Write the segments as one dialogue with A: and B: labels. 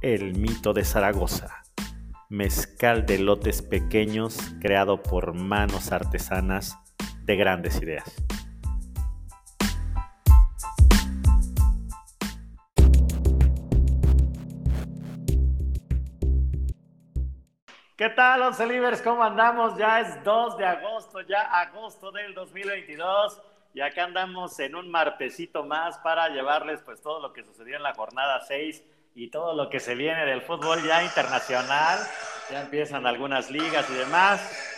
A: El mito de Zaragoza, mezcal de lotes pequeños creado por manos artesanas de grandes ideas. ¿Qué tal, Once Libres? ¿Cómo andamos? Ya es 2 de agosto, ya agosto del 2022. Y acá andamos en un martesito más para llevarles pues todo lo que sucedió en la jornada 6 y todo lo que se viene del fútbol ya internacional. Ya empiezan algunas ligas y demás.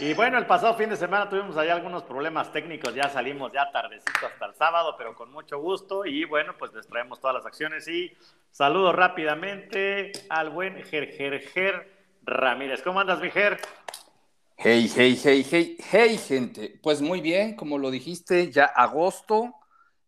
A: Y bueno, el pasado fin de semana tuvimos ahí algunos problemas técnicos, ya salimos ya tardecito hasta el sábado, pero con mucho gusto y bueno, pues les traemos todas las acciones y saludo rápidamente al buen Gerger Ger Ramírez. ¿Cómo andas, mi Ger?
B: Hey, hey, hey, hey, hey, gente. Pues muy bien, como lo dijiste, ya agosto,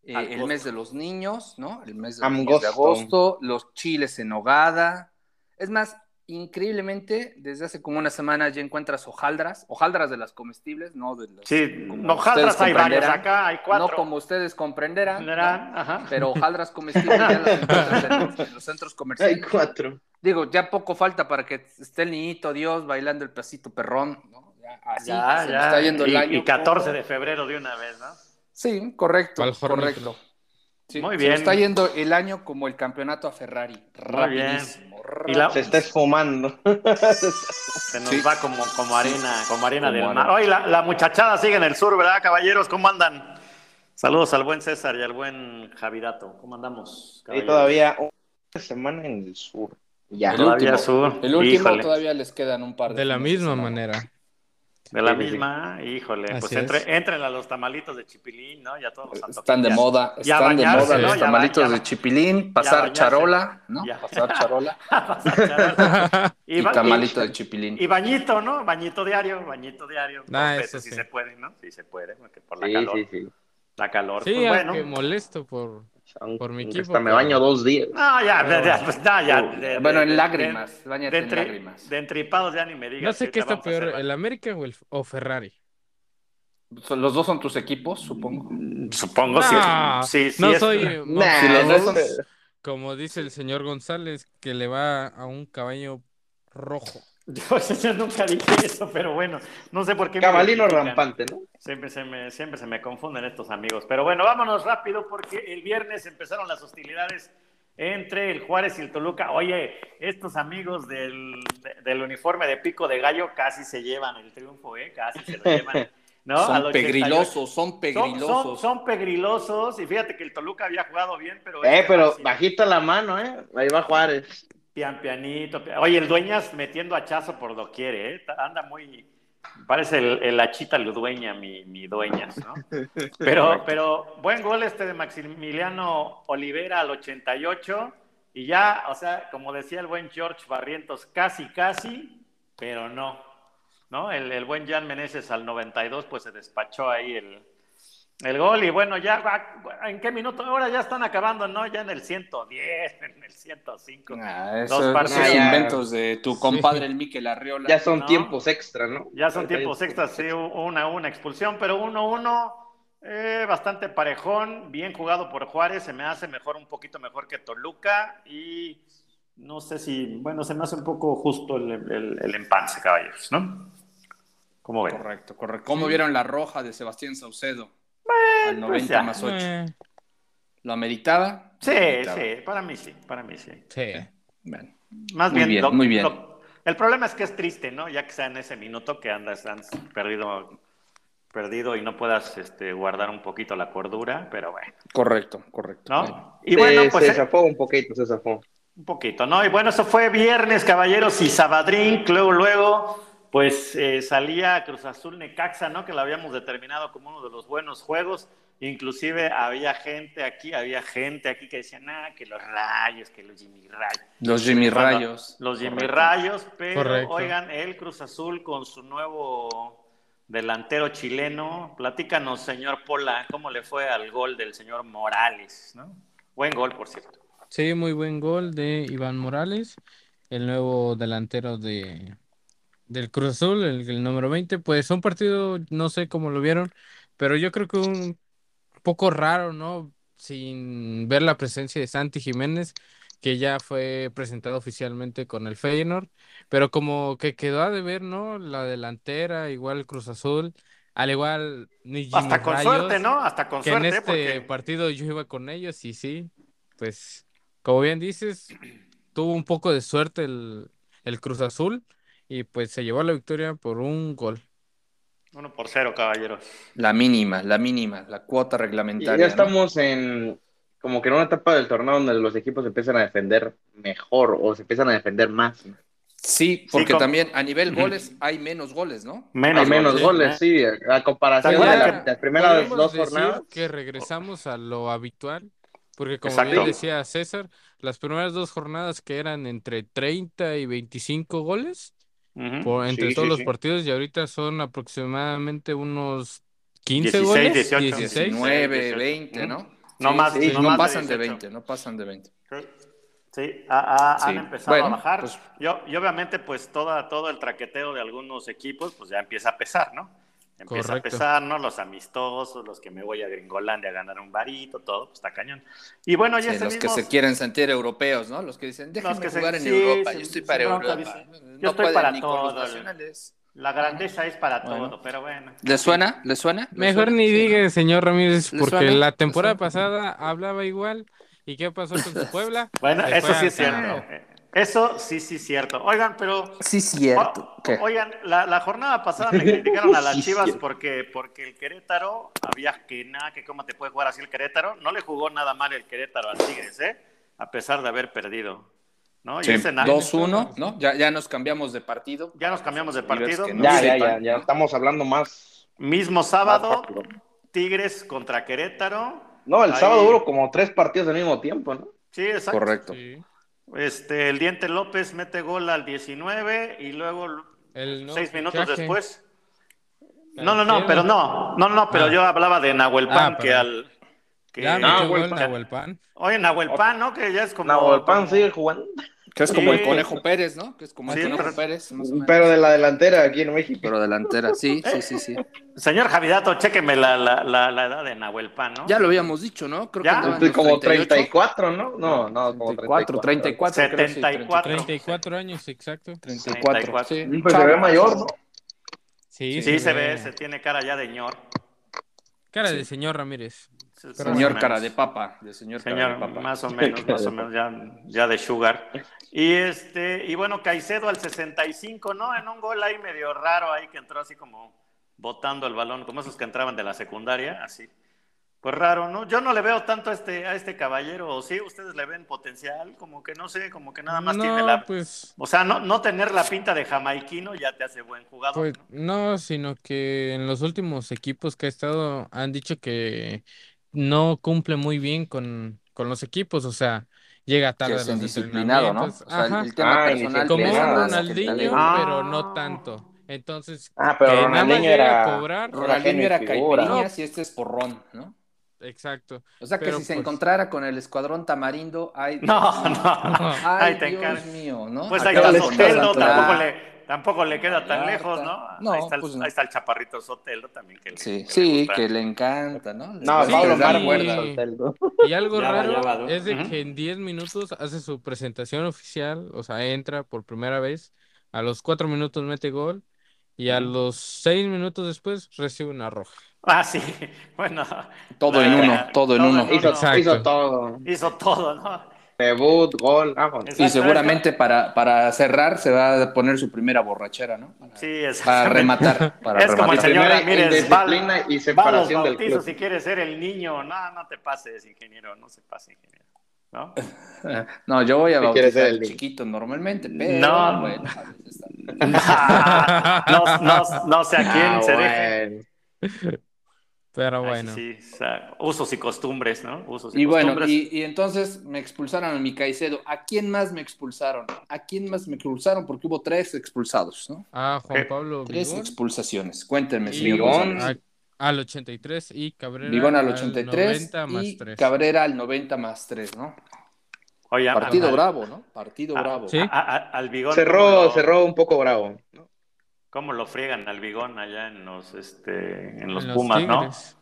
B: eh, el mes de los niños, ¿no? El mes de, los niños de agosto, los chiles en hogada. Es más, increíblemente, desde hace como una semana ya encuentras hojaldras, hojaldras de las comestibles, no de las.
A: Sí,
B: como
A: hojaldras
B: ustedes
A: hay varias,
B: comprenderán,
A: acá hay cuatro.
B: No como ustedes comprenderán, ¿no?
A: Verán, ajá.
B: pero hojaldras comestibles ya las encuentras en los, en los centros
C: Hay
B: comerciales.
C: cuatro.
B: Digo, ya poco falta para que esté el niñito Dios bailando el pasito perrón, ¿no? Ya, así
A: ya,
B: se me
A: ya.
B: está yendo el
A: y,
B: año.
A: y 14 de febrero de una vez, ¿no?
B: Sí, correcto,
D: Al Hornet.
B: correcto. Sí,
A: Muy
B: se
A: bien.
B: le está yendo el año como el campeonato a Ferrari.
A: bien.
B: Rapidísimo.
A: Y la-
B: rapidísimo.
C: Se está esfumando.
A: Se nos
B: Sí.
A: va como, como arena, como arena
B: Como
A: del
B: arena.
A: mar. Hoy la, la muchachada sigue en el sur, ¿verdad, caballeros? ¿Cómo andan? Saludos al buen César y al buen Javirato. ¿Cómo andamos?
C: Y
A: caballeros?
C: todavía una semana en el sur. Ya.
B: El
A: Todavía
B: último.
A: sur.
B: El último
A: Híjole.
B: todavía les quedan un par de.
D: De la
B: fines
D: misma
B: semana.
D: manera.
A: De la
C: Sí, sí, sí.
A: misma, híjole.
D: Así
A: pues
D: es.
A: entre, entren a los tamalitos de Chipilín, ¿no? Ya todos los antojitos.
B: Están de moda,
A: Ya
B: están de
A: bañarse,
B: moda
D: ¿no?
B: los
A: Ya
B: tamalitos
A: bañarse.
B: de chipilín, pasar
A: bañarse.
B: charola, ¿no?
A: Ya.
B: Pasar charola y,
A: ba-
B: tamalito de chipilín.
A: Y bañito, ¿no? Bañito diario, bañito diario.
D: Ah,
A: Dos
D: eso
A: veces, si
D: sí.
A: se puede, ¿no? Si se puede, porque por la
C: Sí,
A: calor.
C: sí, sí.
A: La calor.
D: Sí,
A: pues bueno.
D: aunque molesto por.
C: Aunque
D: Por mi
C: hasta
D: equipo,
C: me
D: pero-
C: baño dos días.
A: No, ya, ya, ya, pues, no, ya. de-
B: Uh, bueno,
A: de-
B: en
A: de-
B: lágrimas,
A: De,
B: bañate
A: de,
B: en
A: entri-
B: lágrimas.
A: de entripados ya ni me digas.
D: No sé
A: que
D: qué
A: ahorita
D: está
A: vamos a hacer
D: peor,
A: la-
D: el América o, el- o Ferrari.
B: Los dos son tus equipos, supongo.
A: Supongo sí.
D: No,
A: sí, sí
D: no
A: es-
D: soy. eh, no,
C: Nah,
B: Si los dos son-
D: Como dice el señor González, que le va a un caballo rojo.
A: Yo, yo nunca dije eso, pero bueno, no sé por qué. me
C: Cabalino
A: critican.
C: rampante, ¿no?
A: Siempre se, me, siempre se me confunden estos amigos. Pero bueno, vámonos rápido porque el viernes empezaron las hostilidades entre el Juárez y el Toluca. Oye, estos amigos del, del uniforme de pico de gallo casi se llevan el triunfo, ¿eh? Casi se lo llevan. ¿no? Al
B: Son
A: 88.
B: pegrilosos, son
A: Son, son,
B: pegrilosos.
A: son pegrilosos y fíjate que el Toluca había jugado bien, pero...
C: Eh,
A: este
C: pero
A: Racing,
C: bajita la mano, ¿eh? Ahí va Juárez.
A: Pian pianito. pi- Oye, el Dueñas metiendo hachazo por doquiere, ¿eh? Ta- Anda muy... Parece el, el achita ludueña, mi, mi Dueñas, ¿no? Pero, pero buen gol este de Maximiliano Olivera al 88 y ya, o sea, como decía el buen George Barrientos, casi, casi, pero no. ¿No? El, el buen Jan Meneses al 92, pues se despachó ahí el, el gol. Y bueno, ya, va- ¿en qué minuto? Ahora ya están acabando, ¿no? Ya en el 110, en el 105.
B: Ah,
A: Dos
B: eso,
A: partidos.
B: esos
C: Ah, ya.
B: inventos de tu compadre el Miquel Arriola.
C: Ya son
A: No.
C: tiempos extra, ¿no?
A: Ya son tiempos extras, sí, una una expulsión, pero uno uno eh, bastante parejón, bien jugado por Juárez, se me hace mejor, un poquito mejor que Toluca y no sé si, bueno, se me hace un poco justo el, el, el empance, caballeros, ¿no? ¿Cómo ven?
B: Correcto, correcto. ¿Cómo vieron la roja de Sebastián Saucedo? Al 90
A: pues ya.
B: más 8.
D: Eh,
B: ¿Lo ameritaba?
A: Sí,
B: Lo ameritaba.
A: sí, para mí sí, para mí sí.
D: sí.
B: Bueno,
A: Más
B: Muy
A: bien,
B: bien,
A: lo-
B: muy bien.
A: lo- el problema es que es triste, ¿no? Ya que sea en ese minuto que andas, andas perdido, perdido y no puedas este, guardar un poquito la cordura, pero bueno,
B: correcto, correcto. Bueno.
A: ¿no? Y
C: Se-
A: bueno,
C: se
A: pues eh,
C: zafó un poquito, se zafó.
A: Un poquito, ¿no? Y bueno, eso fue viernes, caballeros, y Sabadrín, luego, luego, pues eh, salía Cruz Azul Necaxa, ¿no? Que lo habíamos determinado como uno de los buenos juegos. Inclusive había gente aquí, había gente aquí que decía, nada, que los rayos, que los Jimmy Rayos.
B: Los Jimmy
A: Cuando-
B: Rayos.
A: Los Jimmy
B: Correcto.
A: Rayos, pero
D: Correcto.
A: oigan, el Cruz Azul con su nuevo delantero chileno. Platícanos, señor Pola, cómo le fue al gol del señor Morales, ¿no? Buen gol, por cierto.
D: Sí, muy buen gol de Iván Morales, el nuevo delantero de, del Cruz Azul, el, el número 20. Pues un partido, no sé cómo lo vieron, pero yo creo que un poco raro, ¿no? Sin ver la presencia de Santi Jiménez, que ya fue presentado oficialmente con el Feyenoord, pero como que quedó a deber, ¿no? La delantera, igual Cruz Azul, al igual ni
A: Hasta
D: Jimmy
A: con
D: Rayos
A: suerte, ¿no? Hasta con
D: que en
A: suerte, ¿eh?
D: este
A: porque
D: partido yo iba con ellos y sí, pues como bien dices, tuvo un poco de suerte el, el Cruz Azul y pues se llevó la victoria por un gol.
A: uno por cero, caballeros.
B: La mínima, la mínima, la cuota
C: Y
B: reglamentaria. ¿no?
C: ya estamos en como que en una etapa del torneo donde los equipos empiezan a defender mejor o se empiezan a defender más.
B: Sí, porque
A: como-
B: también a nivel goles hay menos goles, ¿no?
C: Hay menos goles, ¿eh? sí, a comparación de
A: Ahora,
C: la- las primeras
D: Podemos
C: dos
D: decir
C: jornadas.
D: que regresamos a lo habitual, porque como
A: Exacto.
D: bien decía César, las primeras dos jornadas que eran entre 30 y 25 goles
A: Ujú.
D: por, entre
C: sí,
D: todos
C: sí,
D: los
C: sí.
D: partidos y ahorita son aproximadamente unos 15
A: 16,
D: goles,
A: 18,
D: 16.
B: 19,
A: 18,
B: 20, ¿no?
A: No más,
B: sí,
A: no
B: no
A: más de
B: pasan de
A: 18.
B: 20, no pasan de 20.
A: Sí, ha- ha- han
B: Sí.
A: empezado
B: Bueno,
A: a bajar.
B: pues-
A: Yo, y obviamente, pues toda, todo el traqueteo de algunos equipos, pues ya empieza a pesar, ¿no? Empieza
D: Correcto.
A: a pesar, ¿no? Los amistosos, los que me voy a Gringolandia a ganar un varito, todo, pues está cañón. Y bueno, ya
B: Sí,
A: ese
B: los que
A: mismo-
B: se quieren sentir europeos, ¿no? Los que dicen, déjenme
A: que se-
B: jugar en
A: sí,
B: Europa,
A: sí,
B: yo estoy
A: sí,
B: para
A: bronca,
B: Europa.
A: dice,
B: No
A: "Yo estoy
B: pueden
A: para
B: ni con los
A: todo".
B: nacionales.
A: la grandeza es para
B: Bueno.
A: todo, pero bueno.
B: ¿Les suena? ¿Les suena? ¿Les
D: Mejor
B: suena?
D: ni
B: Sí, ¿no?
D: diga, señor Ramírez,
B: ¿Le
D: porque
B: suena?
D: la
B: ¿Le
D: temporada
B: suena?
D: pasada hablaba igual. ¿Y qué pasó con su Puebla?
A: Bueno,
D: Se
A: eso
D: fue
A: sí es
D: al carajo.
A: cierto. Eh, Eso sí, sí es cierto. Oigan, pero
B: Sí, cierto.
A: O-
B: ¿Qué?
A: Oigan, la, la jornada pasada me criticaron a las
C: Sí,
A: Chivas
C: cierto.
A: porque, porque el Querétaro había que nada, que cómo te puede jugar así el Querétaro. No le jugó nada mal el Querétaro al Tigres, ¿eh? A pesar de haber perdido. ¿no? Y
B: Sí,
A: ese na-
B: 2-1, ¿no? Ya, ya nos cambiamos de partido.
A: ya nos cambiamos de
B: Tigres
A: partido.
B: que no
C: Ya, ya,
B: sepan,
C: ya, ya estamos hablando más.
A: Mismo
C: más
A: sábado,
C: rápido.
A: Tigres contra Querétaro.
C: No, el
A: Ahí-
C: sábado hubo como tres partidos al mismo tiempo, ¿no?
A: Sí, exacto.
B: Correcto.
D: Sí.
A: Este, el Diente López mete gol al 19 y luego
D: El nuevo
A: seis minutos
D: fichaje.
A: después. No, no, no,
D: Cancelo.
A: pero no, no, no, pero
D: Ah.
A: yo hablaba de Nahuel Pan
D: Ah,
A: que
D: perdón.
A: al que
D: Ya
C: Ah,
D: metió
C: güey,
D: gol
C: pa-
D: Nahuel Pan.
A: Oye, Nahuel Pan, ¿no? Que ya es como
C: No, el pan
A: como-
C: sigue jugando.
B: Que es como
A: Sí.
B: el Conejo Pérez, ¿no? Que es como el
A: Sí,
B: Conejo
A: pero-
B: Pérez, más o menos.
C: Pero de la delantera aquí en México.
B: Pero delantera, sí, sí, sí,
A: Eh.
B: sí.
A: Señor Javidato, chéqueme la, la, la, la edad de Nahuel Pan, ¿no?
B: Ya lo habíamos dicho, Ah, ¿no? Creo
A: Ya.
B: andaba en
C: Estoy
B: los
C: como
B: 38.
C: 34, ¿no? No, no, como
B: 34, 34, creo, sí,
A: 74.
D: 34 años, exacto.
B: 34, sí.
C: Pues se ve mayor, ¿no?
D: Sí,
A: Sí, se ve, se tiene cara ya de ñor.
D: Cara de
B: Sí.
D: señor Ramírez.
A: Se- se- más o
B: Señor
A: menos.
B: cara de papa, de señor, cara
A: Señor,
B: de papa.
A: más o menos, más o menos, ya, ya de sugar. Y este, y bueno, Caicedo al 65, ¿no? En un gol ahí medio raro ahí que entró así como botando el balón, como esos que entraban de la secundaria, así. Pues raro, ¿no? Yo no le veo tanto a este, a este caballero, o sí, ustedes le ven potencial, como que no sé, como que nada más tiene
D: No,
A: la.
D: pues,
A: O sea, no, no tener la pinta de jamaiquino ya te hace buen jugador.
D: pues, no, sino que en los últimos equipos que ha estado han dicho que no cumple muy bien con, con los equipos, o sea, llega
B: Que
D: tarde a
B: es
D: los
B: indisciplinado, ¿no? O
D: entrenamientos.
B: sea, el-
D: Ajá.
B: el tema
C: Ah,
B: personal
D: Como
C: indisciplinado.
B: pesa
D: un
B: más
C: Nada
B: que el
D: Ronaldinho,
B: talento.
D: pero
A: Ah.
D: no tanto. Entonces,
C: Ah, pero
D: que nada más
C: Ronaldinho
D: llegue a
C: era-
D: cobrar.
B: Ronaldinho era
C: Genio y figura.
B: caipirinha si este es porrón, ¿no?
D: Exacto.
B: O sea, que
D: Pero
B: si se
D: pues-
B: encontrara con el escuadrón tamarindo, ay, Dios
A: No,
B: mío.
A: no.
B: Ay,
A: Ahí te
B: Dios
A: encargo.
B: mío, ¿no?
A: Pues ahí
B: Acaba
A: está
C: les
B: con
A: Soteldo,
B: Mazatlán.
A: tampoco le, tampoco le queda tan
B: Vallarta.
A: lejos, ¿no?
B: No,
A: ahí, está el,
B: pues no.
A: ahí está el chaparrito Soteldo también. Que le-
B: Sí,
A: que le
B: sí,
A: gusta.
B: que le encanta, ¿no? Le
C: No,
B: gusta
C: Pablo
B: dar
C: Márquez.
B: cuerda.
D: Sí. Y algo
A: Ya va, ya
D: raro
A: va, ¿no?
D: es de
A: Ujú.
D: que en 10 minutos hace su presentación oficial, o sea, entra por primera vez, a los 4 minutos mete gol y a
A: Ujú.
D: los 6 minutos después recibe una roja.
A: Ah, sí. Bueno.
B: Todo
A: la-
B: en uno, todo en uno.
C: Hizo,
D: Exacto.
C: hizo todo.
A: Hizo todo, ¿no?
C: Debut, gol. Ah, bueno.
A: Exacto.
B: Y seguramente para, para cerrar se va a poner su primera borrachera, ¿no? Para,
A: Sí,
B: para
A: exactamente.
B: rematar. Para
A: Es como el
B: rematar.
A: señor
C: Primera
A: Ramírez. Va,
C: indisciplina y
A: va a los
C: separación del
A: bautizos
C: club.
A: si quieres ser el niño. No, no te pases, ingeniero. No se pase, ingeniero. ¿No?
B: No, yo voy a
C: Si quieres
B: bautizar
C: ser el-
B: el chiquito normalmente, pero
A: No.
B: bueno, a veces también.
A: no, no, no sé a quién
C: Ah,
A: se deje.
C: bueno.
D: Pero Ah, bueno.
A: Sí, o sea, usos y costumbres, ¿no? Usos y,
B: Y bueno,
A: Pues costumbres.
B: y, y entonces me expulsaron a mi Caicedo. ¿A quién más me expulsaron? ¿A quién más me expulsaron? Porque hubo tres expulsados, ¿no?
D: Ah, Juan
A: Eh,
D: Pablo
B: Tres
D: Vigón
B: expulsaciones. Cuéntenme,
D: Y
B: señor
C: Vigón.
B: González.
D: a- al 83 y Cabrera
B: Vigón al
D: al
B: 83
D: 90 más
B: y
D: 3.
B: Cabrera al 90 más 3, ¿no?
A: Oye, a-
B: Partido
A: al-
B: bravo, ¿no? Partido
A: Ah,
B: bravo.
D: sí.
A: a- a- al Bigón. ¿cómo
C: Cerró,
A: lo-
C: cerró un poco bravo.
A: ¿Cómo lo friegan al Bigón allá en los, este, en los,
D: Los
A: Pumas,
D: Tigres.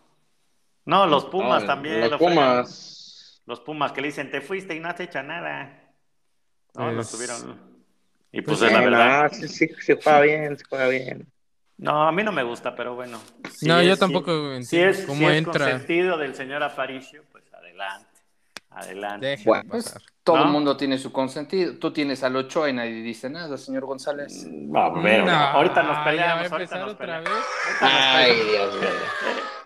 A: no? No, los Pumas
C: No,
A: también.
C: Los
A: lo friegan.
C: Pumas.
A: Los Pumas que le dicen, te fuiste y no has hecho nada. No, lo
D: Pues-
A: tuvieron. Y pues,
D: Pues
A: es la
C: Bien,
A: verdad.
C: ah, sí, sí, se juega bien, se juega bien.
A: No, a mí no me gusta, pero bueno. Si
D: No, yo
A: es-
D: tampoco
A: Si,
D: entiendo
A: si es,
D: cómo
A: si es
D: entra.
A: consentido del señor Aparicio, pues adelante. Adelante.
D: Déjenlo
C: Bueno,
B: Pues,
D: pasar.
B: todo
A: ¿No?
B: el mundo tiene su consentido. Tú tienes al Ochoa y nadie dice nada, señor González.
A: A ver,
D: No,
A: ahorita nos
D: ya va a
A: peleamos. Ahorita
D: empezar
A: nos
D: otra
A: peleamos.
D: vez.
C: Ay, Dios mío.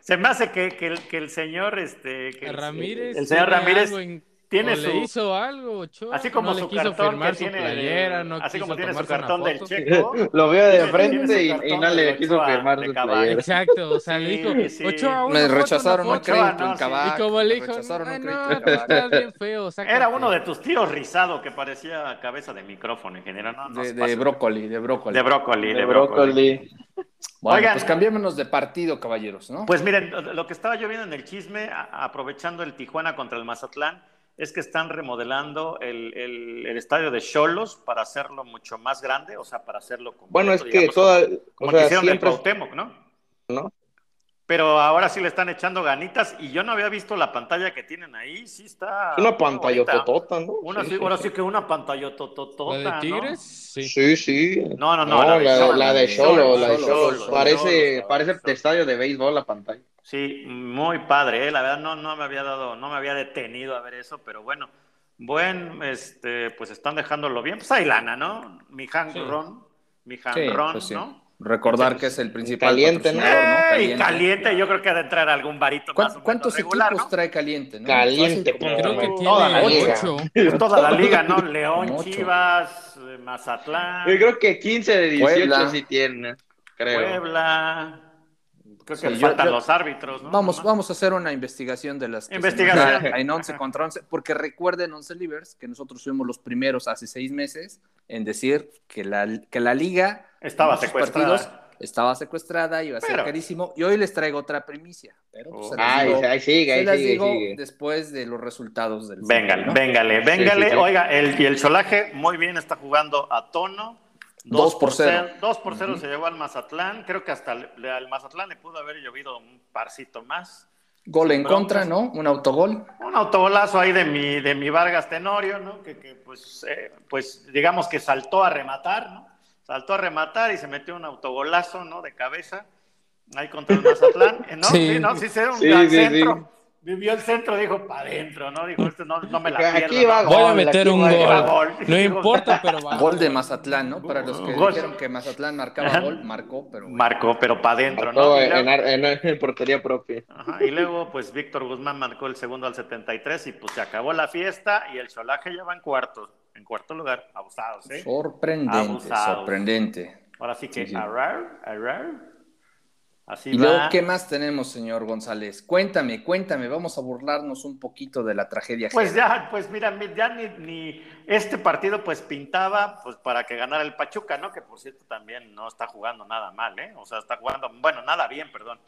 A: Se me hace que, que el, que el señor, este, que el-
D: Ramírez.
A: el señor
D: tiene
A: Ramírez
D: algo en-
A: tiene
D: o le
A: su,
D: hizo algo, Ochoa,
A: así como
D: no
A: su
D: le quiso
A: cartón
D: firmar
A: que
D: su
A: tiene,
D: playera, no
A: así como
D: quiso
A: tiene su
D: tomarse una
A: cartón del
D: foto.
A: checo.
C: Lo veo de
A: Tiene-
C: frente
A: tiene
C: y,
A: su cartón
C: y no
A: de
C: le quiso
A: Ochoa,
C: firmar
A: de
C: su
A: caballo.
C: playera.
D: Exacto, o sea, le
A: Sí,
D: dijo,
A: sí.
D: Ochoa, una
B: Me
D: foto, una
B: rechazaron un
D: foto".
B: crédito
A: no,
B: en
A: sí.
B: Cabac.
D: Y como le
B: me
D: dijo,
B: rechazaron
D: "Ay,
B: un
D: no,
B: crédito en
D: tú
B: Cabac".
D: estás bien feo, sácate".
A: Era uno de tus tíos rizado que parecía cabeza de micrófono, ingeniero. No, no
B: De,
A: se
B: de
A: pase.
B: brócoli, de brócoli.
A: De brócoli, de,
C: De
A: brócoli.
C: brócoli.
B: Bueno,
A: Oigan.
B: pues cambiémonos de partido, caballeros, ¿no?
A: Pues miren, lo que estaba yo viendo en el chisme, a- aprovechando el Tijuana contra el Mazatlán, es que están remodelando el, el- el estadio de Cholos para hacerlo mucho más grande, o sea, para hacerlo completo,
C: Bueno, es que
A: Pues, digamos,
C: toda.
A: como
C: O
A: el que
C: sea,
A: hicieron del
C: siempre.
A: Cuauhtémoc, ¿no?
C: ¿no?
A: Pero ahora sí le están echando ganitas y yo no había visto la pantalla que tienen ahí, sí está.
C: Una
A: bonita.
C: pantallototota, ¿no?
A: Una sí, ahora sí que una pantallotototota,
D: ¿La de
A: ¿no?
D: Tigres? Sí.
C: Sí, sí.
A: No, no, no, la de
C: la,
A: Xolos,
C: la de Cholo,
A: Xolos,
C: la de
B: Xolos,
C: Cholo.
B: Xolos,
C: Parece,
A: Xolos,
C: parece
A: Xolos.
C: estadio de béisbol la pantalla.
A: Sí, muy padre, ¿eh? la verdad no, no me había dado, no me había detenido a ver eso, pero bueno, buen, este, pues están dejándolo bien, pues hay lana, ¿no? Mi janrón, mi janrón,
B: pues sí.
A: ¿no?
B: Recordar que es el principal
C: Caliente, ¿no?
B: patrocinador, ¿no?
A: ¡Ey! pues, Caliente. yo creo que ha de entrar algún varito
B: ¿Cuán-
A: más o menos
B: ¿Cuántos
A: regular,
B: equipos
A: ¿no?
B: trae caliente? ¿no?
C: Caliente,
B: Fácil,
C: como
B: como-
D: Creo que
C: Toda la
D: tiene
C: liga.
D: ocho.
A: Pues Toda la liga, ¿no? León,
B: Mucho.
A: Chivas, eh, Mazatlán,
C: Yo creo que 15 de 18
B: Puebla.
C: sí tiene, creo.
A: Puebla, creo que
B: Sí, yo-
A: faltan
B: yo-
A: los árbitros, ¿no?
B: Vamos,
A: Nomás.
B: vamos a hacer una investigación de las que se nos
A: Investigación.
B: dan en 11 contra 11, porque recuerden 11 Libers que nosotros fuimos los primeros hace seis meses en decir que la, que la liga
A: Estaba
B: muchos
A: secuestrada.
B: estaba secuestrada, iba a ser
A: Pero-
B: carísimo, y hoy les traigo otra primicia. Pero pues,
A: Oh.
B: se las
C: Ay,
B: digo,
C: ahí sigue,
B: se
C: ahí
B: las
C: sigue,
B: digo
C: sigue.
B: después de los resultados del
A: Véngale,
B: ¿no?
A: véngale, véngale.
C: Sí, sí, sí.
A: Oiga, el, y el Cholaje muy bien está jugando a tono.
B: Dos por cero.
A: 2 por 0
B: Ujú.
A: se llevó al Mazatlán. Creo que hasta le- le- al Mazatlán le pudo haber llovido un parcito más.
B: Gol
A: Sin
B: en contra, ¿no? Un autogol.
A: Un autogolazo ahí de mi, de mi Vargas Tenorio, ¿no? Que, que, pues, eh, pues digamos que saltó a rematar, ¿no? Saltó a rematar y se metió un autogolazo, ¿no? De cabeza. Ahí contra el Mazatlán. Eh, ¿No? Sí,
D: Sí.
A: ¿no? Sí, se dio un
C: Sí,
A: gran
C: sí, sí.
A: centro. Vivió el centro, dijo, para adentro, ¿no? Dijo, este no, no me la pierdo.
C: Pues Aquí va
A: ¿no?
D: Voy a
C: Gol,
D: meter
C: aquí
D: un
C: va, aquí
A: va
D: gol.
A: gol.
D: No importa, pero va.
B: Gol de Mazatlán, ¿no? Para los que
A: Ah, Gol.
B: dijeron que Mazatlán marcaba gol, marcó, pero bueno.
A: Marcó, pero para adentro, ¿no?
C: Todo
A: Y
C: en,
A: luego,
C: ar- en- en portería propia.
A: Ajá, y luego, pues Víctor Guzmán marcó el segundo al 73 y pues se acabó la fiesta y el Cholaje ya va en cuarto, en cuarto lugar, abusados, ¿eh?
B: sorprendente,
A: Abusados.
B: sorprendente.
A: Ahora sí que
B: Sí, sí.
A: arrar, arrar. Así
B: Y luego,
A: va.
B: ¿qué más tenemos, señor González? Cuéntame, cuéntame, vamos a burlarnos un poquito de la tragedia.
A: Pues
B: ajena.
A: ya, pues mira, mi- ya ni, ni este partido pues pintaba pues para que ganara el Pachuca, ¿no? Que por cierto también no está jugando nada mal, ¿eh? O sea, está jugando, bueno, nada bien, perdón.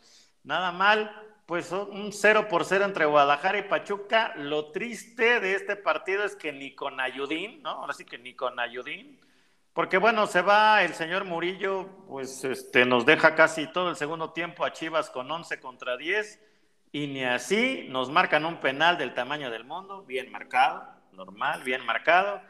A: Nada mal, pues un 0 por 0 entre Guadalajara y Pachuca. Lo triste de este partido es que ni con Ayudín, ¿no? Ahora sí que ni con Ayudín. Porque bueno, se va el señor Murillo, pues este, nos deja casi todo el segundo tiempo a Chivas con 11 contra 10 y ni así nos marcan un penal del tamaño del mundo, bien marcado, normal, bien marcado.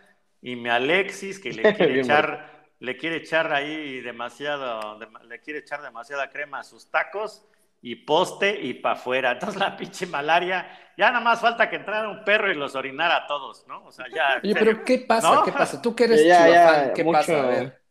A: Y mi Alexis, que le quiere
C: Bien
A: echar, le quiere echar ahí demasiado, dem- le quiere echar demasiada crema a sus tacos y poste y pa' afuera. Entonces la pinche malaria, ya nada más falta que entrara un perro y los orinara a todos, ¿no? O sea, ya.
B: Oye, pero ¿qué pasa?
A: ¿No?
B: ¿Qué pasa? Tú que eres
C: Ya, ya,
B: chivafán, ¿qué
C: mucho-
B: pasa? A ver,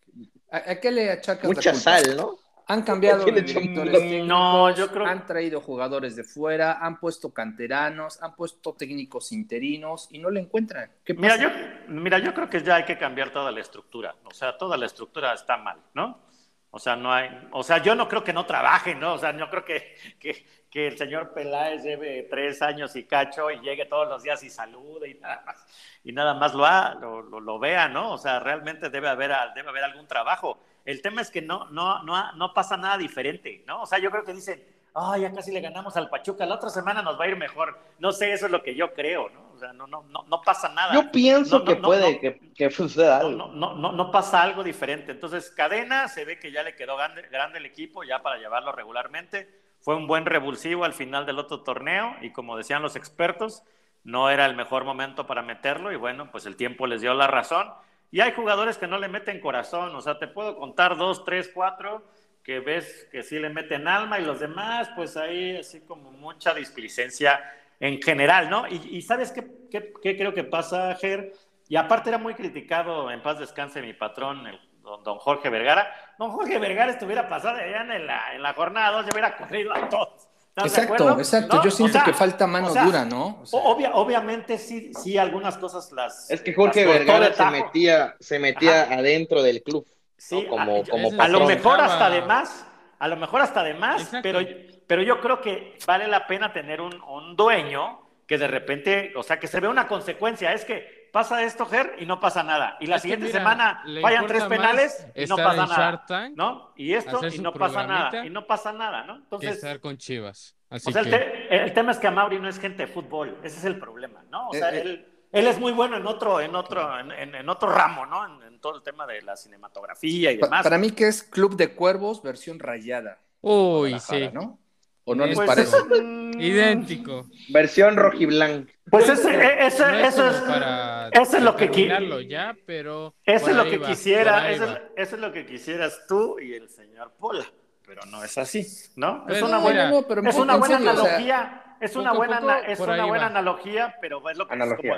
B: ¿a, a qué le achacas la
C: Mucha
B: culpa?
C: sal, ¿no?
B: Han cambiado
C: ¿A quién le
B: de
C: echan
B: directores
C: mucho-
B: técnicos,
A: No, yo creo-
B: han traído jugadores de fuera, han puesto canteranos, han puesto técnicos interinos y no le encuentran. ¿Qué
A: Mira
B: pasa?
A: yo, mira, yo creo que ya hay que cambiar toda la estructura. O sea, toda la estructura está mal, ¿no? O sea, no hay, o sea, yo no creo que no trabajen, ¿no? O sea, no creo que, que, que el señor Peláez lleve tres años y cacho y llegue todos los días y salude y nada más, y nada más lo, ha, lo, lo, lo vea, ¿no? O sea, realmente debe haber, debe haber algún trabajo. El tema es que no, no, no, no pasa nada diferente, ¿no? O sea, yo creo que dicen, ay, ya casi le ganamos al Pachuca, la otra semana nos va a ir mejor. No sé, eso es lo que yo creo, ¿no? O sea, no, no, no, no pasa nada.
C: Yo pienso no, no, que no, puede que, que, suceda algo.
A: No, no, no, pasa algo diferente. Entonces, Cadena se ve que ya le quedó grande, grande, el equipo, ya para llevarlo regularmente. Fue un buen revulsivo al final del otro torneo y como decían los expertos, no era el mejor momento para meterlo y bueno, pues el tiempo les dio la razón. Y hay jugadores que no le meten corazón, o sea, te puedo contar dos, tres, cuatro que ves que sí le meten alma y los demás, pues ahí así como mucha displicencia en general, ¿no? Y, y ¿sabes qué, qué, qué, creo que pasa, Ger? Y aparte era muy criticado, en paz descanse mi patrón, el, don, don, Jorge Vergara. Don Jorge Vergara estuviera pasado allá en la, en la jornada 2, ya hubiera corrido a todos.
B: Exacto, exacto. ¿No? Yo siento o sea, que falta mano o sea, dura, ¿no?
A: O sea, obvia, obviamente sí, sí, algunas cosas las...
C: Es que Jorge Vergara se metía, se metía Ajá. adentro del club.
A: Sí, ah, ¿no? como, a, como a lo mejor hasta de más, a lo mejor hasta de más, exacto. pero pero yo creo que vale la pena tener un, un, dueño que de repente, o sea, que se ve una consecuencia. Es que pasa esto, Ger, y no pasa nada. Y la es siguiente mira, semana vayan tres penales y no pasa nada. ¿no? Y esto y no pasa nada. Y no pasa nada, ¿no?
D: Entonces, que estar con Chivas.
A: Así o sea, que... el, te, el, tema es que Amauri no es gente de fútbol. Ese es el problema, ¿no? O sea, eh, él, él, es muy bueno en otro, en otro, en, en, en otro ramo, ¿no? En, en, todo el tema de la cinematografía y demás.
B: Para mí que es Club de Cuervos versión rayada.
D: Uy, sí.
B: ¿no? ¿O no les pues parece? Eso,
A: Mm.
D: idéntico.
C: Versión rojiblanca.
A: Pues ese, ese, no es eso es, para eso es lo que
D: quisiera. ya, pero.
A: Eso es lo que va, quisiera, eso, eso, es lo que quisieras tú y el señor Pola, pero no es así, ¿no? Pero, es una buena, no, no, pero es una buena serio, analogía, o sea, es una poco, buena, poco, es una buena va. analogía, pero es lo que es como,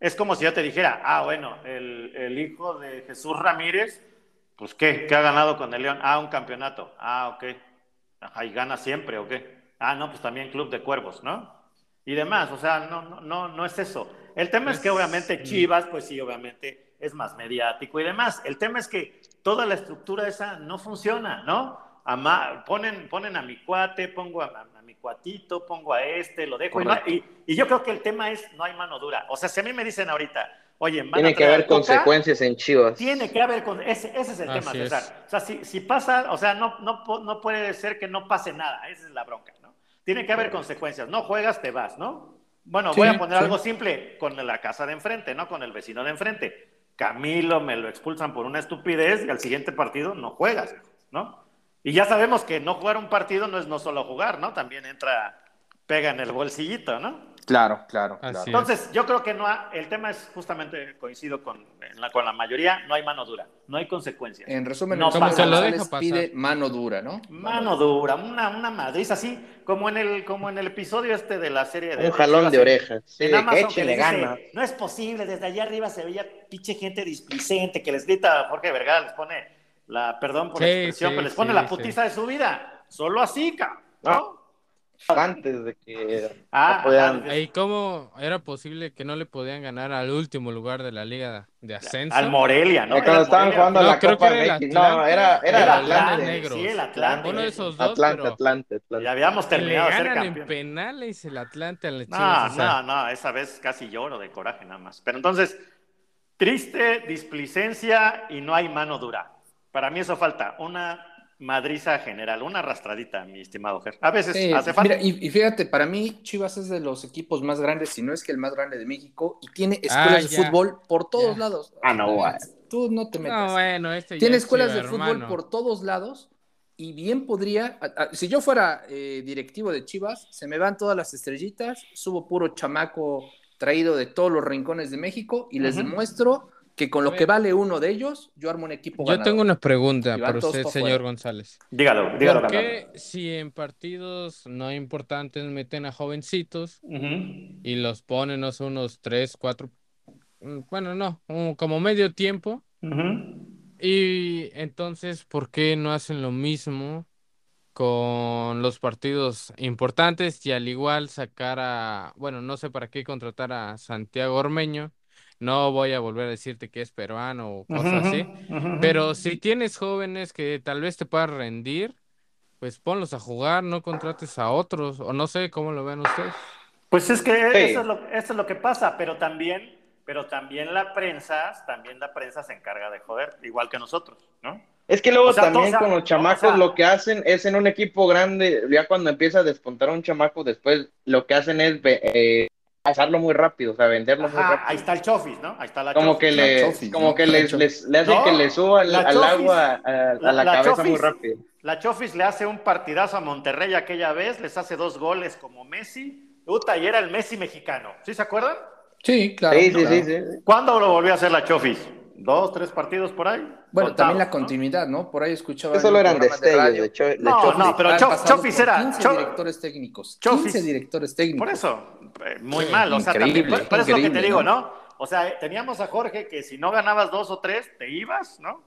A: es como, si yo te dijera, ah, bueno, el, el hijo de Jesús Ramírez, pues qué, qué ha ganado con el León, ah, un campeonato, ah, ok. Ajá, y gana siempre, ¿o qué? Ah, no, pues también Club de Cuervos, ¿no? Y demás, o sea, no, no, no, no es eso. El tema es que obviamente Chivas, pues sí, obviamente es más mediático y demás. El tema es que toda la estructura esa no funciona, ¿no? Ama, ponen, ponen a mi cuate, pongo a, a, a mi cuatito, pongo a este, lo dejo. Y, no, y, y, yo creo que el tema es, no hay mano dura. O sea, si a mí me dicen ahorita, oye, van
C: tiene a que haber coca, consecuencias en Chivas.
A: Tiene que haber, ese, ese es el Así tema, César. Es. O sea, si, si, pasa, o sea, no, no, no puede ser que no pase nada, esa es la bronca, ¿no? Tiene que haber sí. consecuencias, no juegas, te vas, ¿no? Bueno, sí, voy a poner sí. algo simple, con la casa de enfrente, ¿no? Con el vecino de enfrente. Camilo me lo expulsan por una estupidez y al siguiente partido no juegas, ¿no? Y ya sabemos que no jugar un partido no es no solo jugar, ¿no? También entra, pega en el bolsillito, ¿no?
B: Claro, claro.
A: claro. Entonces, yo creo que no ha, el tema es justamente coincido con, en la, con la mayoría, no hay mano dura, no hay consecuencias.
B: En resumen, no como se lo deja pasar. pide mano dura, ¿no?
A: Mano dura, una, una madriz así, como en el como en el episodio este de la serie de
C: Un jalón de orejas.
A: Sí, en Amazon, que le gana. No es posible, desde allá arriba se veía pinche gente displicente que les grita Jorge Vergara les pone la perdón por la sí, expresión, sí, pero les pone la putiza de su vida. Solo así, cabrón. ¿no?
C: antes de que
D: ah, no podían... ¿Y cómo era posible que no le podían ganar al último lugar de la liga de ascenso?
A: Al Morelia, ¿no?
C: Cuando
A: era
C: estaban
A: Morelia.
C: jugando
D: no,
C: la
D: creo
C: Copa
D: que era
C: el No, era, era,
A: era
C: el Atlante.
A: Negro. Sí, el Atlante.
D: Uno de esos
C: dos, Atlante,
D: pero...
C: Atlante, Atlante.
A: Ya habíamos terminado
D: le
A: ganan de ser
D: campeón. en penales el Atlante al
A: No, Chivas, o sea... no, no, esa vez casi lloro de coraje nada más. Pero entonces, triste, displicencia y no hay mano dura. Para mí eso falta una madriza general, una arrastradita, mi estimado Ger. A veces eh, hace falta.
B: Mira, y, y, fíjate, para mí Chivas es de los equipos más grandes, si no es que el más grande de México, y tiene escuelas ah, de ya. fútbol por todos ya. lados.
C: Ah, no, bueno.
B: Tú no te metas.
D: No, bueno, este
B: tiene
D: es
B: escuelas
D: Chiva,
B: de fútbol
D: hermano.
B: por todos lados, y bien podría, a, a, si yo fuera eh, directivo de Chivas, se me van todas las estrellitas, subo puro chamaco traído de todos los rincones de México y les uh -huh. demuestro que con lo que vale uno de ellos, yo armo un equipo.
D: Yo
B: ganador.
D: tengo una pregunta para usted, señor fuera. González.
A: Dígalo, dígalo.
D: ¿Por qué si en partidos no importantes meten a jovencitos uh -huh. y los ponen o sea, unos tres, cuatro, mm, bueno, no, como medio tiempo? Uh -huh. Y entonces, ¿por qué no hacen lo mismo con los partidos importantes y al igual sacar a, bueno, no sé para qué contratar a Santiago Ormeño? No voy a volver a decirte que es peruano o cosas así. Pero si tienes jóvenes que tal vez te puedan rendir, pues ponlos a jugar, no contrates a otros, o no sé cómo lo ven ustedes.
A: Pues es que
C: Sí.
A: eso, es lo, eso es lo que pasa, pero también, pero también la prensa, también la prensa se encarga de joder, igual que nosotros, ¿no?
C: Es que luego
A: O sea,
C: también
A: to- o sea,
C: con los chamacos
A: o sea-
C: lo que hacen es en un equipo grande, ya cuando empieza a despuntar un chamaco después, lo que hacen es ve- eh, pasarlo muy rápido, o sea, venderlo muy
A: Ajá,
C: rápido.
A: ahí está el chofis, ¿no? Ahí está la
C: Como
A: chofis.
C: que, le,
B: chofis,
C: como
B: ¿no?
C: que
B: La
C: les,
B: chofis.
C: les- le hacen
A: No,
C: que le suba al,
A: la
C: al
A: chofis.
C: agua, a, a la,
A: La- la
C: cabeza
A: chofis.
C: muy rápido.
A: La Chofis le hace un partidazo a Monterrey aquella vez, les hace dos goles como Messi. Puta, y era el Messi mexicano. ¿Sí se acuerdan?
B: Sí, claro.
C: Sí, sí,
B: Ah, claro.
C: sí, sí.
A: ¿Cuándo lo volvió a hacer la Chofis? ¿Dos, tres partidos por ahí?
B: Bueno,
A: Contados,
B: también la
A: ¿no?
B: continuidad, ¿no? Por ahí escuchaba.
C: Eso
B: en
C: lo
B: un
C: eran
B: programa de
C: destellos
B: radio
C: de, cho- de
A: No,
C: chofis.
A: Oh, no, pero
B: han
A: Cho-
B: pasado
A: Chofis
B: por
A: era-
B: 15
A: Cho-
B: directores técnicos.
A: Chofis.
B: 15 directores técnicos.
A: Por eso, eh, muy mal. O sea,
B: Increíble,
A: también, por, por eso es lo que te
B: increíble,
A: digo,
B: ¿no?
A: ¿no? O sea, eh, teníamos a Jorge que si no ganabas dos o tres, te ibas, ¿no?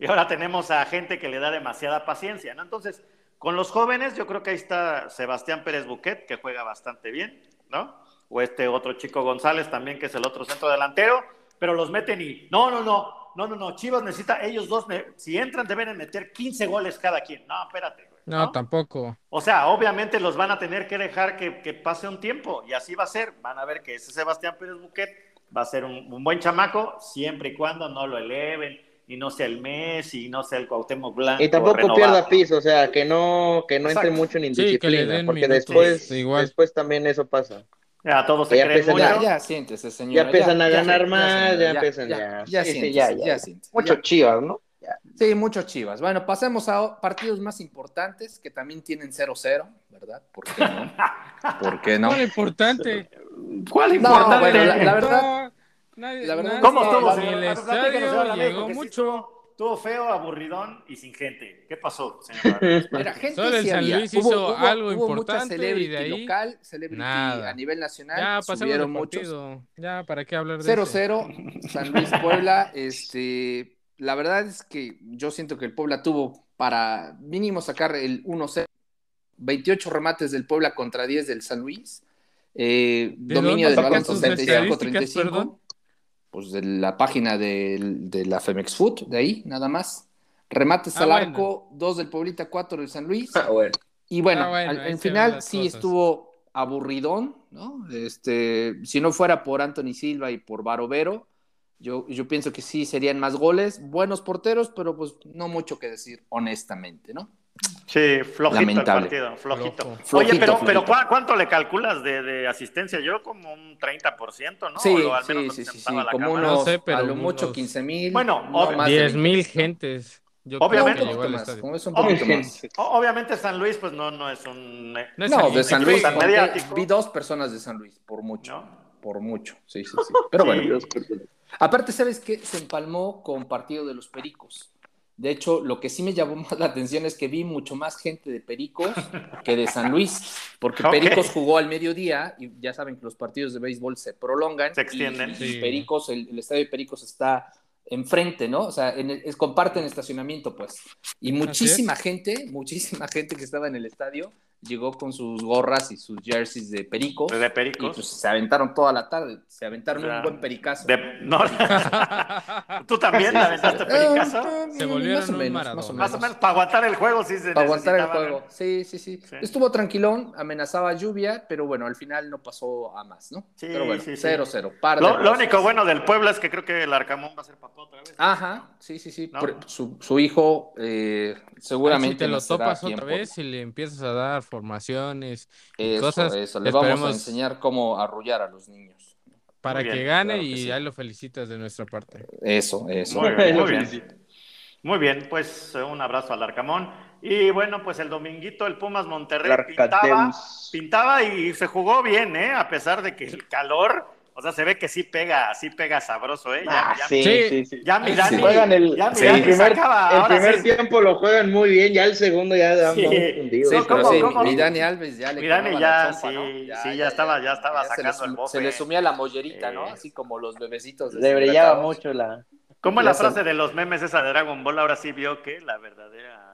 A: Y ahora tenemos a gente que le da demasiada paciencia, ¿no? Entonces, con los jóvenes, yo creo que ahí está Sebastián Pérez Buquet, que juega bastante bien, ¿no? O este otro chico González también, que es el otro centro delantero, pero los meten y, no, no, no, no, no, no, Chivas necesita, ellos dos, ne- si entran, deben meter 15 goles cada quien. No, espérate, güey.
D: No, tampoco.
A: O sea, obviamente los van a tener que dejar que, que pase un tiempo y así va a ser. Van a ver que ese Sebastián Pérez Buquet va a ser un, un buen chamaco siempre y cuando no lo eleven y no sea el Messi y no sea el Cuauhtémoc Blanco.
C: Y tampoco
A: renovado.
C: pierda piso, o sea, que no, que no
A: Exacto.
C: entre mucho en
D: Sí, que le
C: indisciplina,
D: den
C: porque
D: minutos,
C: después,
D: igual.
C: después también eso pasa.
A: Ya todos se
C: Ya
A: creen
C: empiezan
A: mucho.
C: a-
B: Ya, ya siéntese, señora.
C: Ya empiezan a ganar
B: siéntese,
C: más,
B: señora,
C: ya empiezan
B: Ya,
C: a-
B: ya,
C: sí, sí,
B: siéntese,
C: ya, ya.
B: ya siéntese,
C: Mucho
B: ya.
C: chivas, ¿no?
B: Sí, mucho chivas. Bueno, pasemos a o- partidos más importantes que también tienen 0-0, ¿verdad? ¿Por qué no? ¿Por qué no?
D: No, lo importante.
A: ¿Cuál
B: No,
A: importante?
B: bueno, la- la verdad-
D: No, nadie-
B: la verdad-
D: nadie-
A: ¿Cómo
B: Sí,
A: estuvo,
B: la-
D: ni
A: señor?
D: el
A: Bueno, platíquenos
D: estadio
A: ahora, viejo,
D: llegó
A: que sí
D: mucho.
A: estuvo- Estuvo feo, aburridón y sin gente. ¿Qué pasó, señor?
B: Mira, gente
D: Solo el
B: sí
D: San
B: había.
D: Luis hizo algo
B: hubo mucha
D: importante y de
B: celebrity
D: ahí,
B: local, celebrity
D: nada.
B: a nivel nacional,
D: Ya pasamos
B: subieron
D: el
B: muchos.
D: partido. Ya, ¿para qué hablar de eso?
B: 0-0, San Luis Puebla, este, la verdad es que yo siento que el Puebla tuvo para mínimo sacar el 1-0, 28 remates del Puebla contra 10 del San Luis, eh,
D: ¿De
B: dominio
D: dónde
B: del balón
D: sacan sus
B: 65-35,
D: estadísticas, perdón?
B: pues de la página del- de, la Femex Food, de ahí, nada más. Remates
D: Ah,
B: al
D: bueno.
B: arco, 2 del Pueblita, 4 del San Luis.
C: bueno.
B: Y bueno,
D: Ah, bueno,
B: al, al
D: ahí se ven
B: final
D: las
B: sí
D: cosas.
B: estuvo aburridón, ¿no? Este, si no fuera por Anthony Silva y por Barovero, yo, yo pienso que sí serían más goles, buenos porteros, pero pues no mucho que decir, honestamente, ¿no?
A: Sí, flojito
B: Lamentable.
A: el partido, flojito.
D: Flojo.
A: Oye,
B: Flojito,
A: pero,
B: flojito.
A: pero ¿cuá- ¿cuánto le calculas de, de asistencia? Yo como un 30%, ¿no?
B: sí,
A: O al menos
B: sí,
A: lo que
B: sí, sí, sí,
A: sentaba la
B: como
A: cámara.
B: unos,
D: No sé, pero
B: a lo
D: unos-
B: mucho 15 mil.
A: Bueno, ob-
B: más de
D: 10 mil
B: 20,000, ¿no?
D: gentes. Yo
A: Obviamente.
D: Obviamente.
B: Un
D: Creo que llegó
B: poquito
D: al
B: más,
D: estadio.
B: como es un
A: Obvio.
B: poquito más.
A: O- Obviamente San Luis, pues no, no es un... eh,
D: No es
B: No,
D: San
B: de
D: Luis,
B: San
D: es
B: Luis,
D: tan
B: conté-
A: mediático.
B: vi dos personas de San Luis, por mucho,
A: ¿no?
B: por mucho, sí, sí, sí. Pero bueno,
A: Sí.
B: Aparte, ¿sabes qué? Se empalmó con partido de los Pericos. De hecho, lo que sí me llamó más la atención es que vi mucho más gente de Pericos que de San Luis, porque
A: Ok.
B: Pericos jugó al mediodía y ya saben que los partidos de béisbol se prolongan.
A: Se extienden.
B: Y, y
D: Sí.
B: Pericos, el, el estadio de Pericos está enfrente, ¿no? O sea, en el- es- comparten estacionamiento, pues. Y muchísima gente, muchísima gente que estaba en el estadio llegó con sus gorras y sus jerseys de Pericos.
A: De
B: Y
A: Pericos.
B: pues se aventaron toda la tarde, se aventaron
A: Ya.
B: un buen pericazo. Ah,
A: De- no, Tú también la aventaste Pericazo.
B: Ah,
D: Se volvieron
B: más o
D: un
B: menos,
D: maratón.
B: más o menos.
A: Más o menos para aguantar el juego, sí se
B: Para aguantar el
A: necesitaba,
B: juego. Sí, sí, sí,
A: Sí.
B: Estuvo tranquilón, amenazaba lluvia, pero bueno, al final no pasó a más, ¿no?
A: Sí,
B: pero bueno,
A: sí, sí.
B: 0-0.
A: ¿no?
B: par de
A: Lo, lo
B: cosas.
A: único bueno del Puebla es que creo que el Arcamón va a ser papá otra vez.
B: Ajá, sí, sí, sí.
A: ¿No?
B: Por- su, su hijo eh,
D: Ahí
B: seguramente
D: Si te lo
B: nacerá a
D: topas otra
B: tiempo.
D: vez y le empiezas a dar formaciones y
B: Eso,
D: cosas
B: eso. Le
D: esperemos-
B: vamos a enseñar cómo arrullar a los niños.
D: para
A: bien,
D: que gane
B: claro que
D: y
B: sí.
D: ahí lo felicitas de nuestra parte.
B: Eso, eso.
A: Muy bien, muy bien. Muy bien, pues eh, un abrazo al Arcamón. Y bueno, pues el dominguito el Pumas Monterrey pintaba, pintaba y se jugó bien, ¿eh? A pesar de que el calor, o sea, se ve que sí pega, sí pega sabroso, ¿eh? Ya,
C: Ah,
A: ya-
C: sí,
D: Sí.
C: sí, sí.
A: ya mi Dani-
B: Sí.
C: Juegan el,
A: ya mi
B: sí.
A: Dani
C: el primer,
A: sacaba,
C: el
A: ahora
C: primer
A: sí.
C: tiempo lo juegan muy bien, ya el segundo ya dan
A: Sí.
B: Sí,
C: hundidos.
A: No,
B: pero
A: ¿cómo,
B: sí,
A: cómo?
B: mi Dani Alves ya le
A: Mi Dani
B: quemaba
A: ya,
B: la chompa,
A: sí,
B: ¿no?
A: sí, ya estaba- ya estaba
B: se le
A: sacando
B: sum-
A: el bofe.
B: Se le sumía la mollerita, ¿no?
A: Sí.
B: Así como los bebecitos. de
C: Le brillaba
B: Santa Claus.
C: mucho la...
A: ¿Cómo es la
B: Ya son-
A: frase de los memes esa de Dragon Ball? Ahora sí vio que la verdadera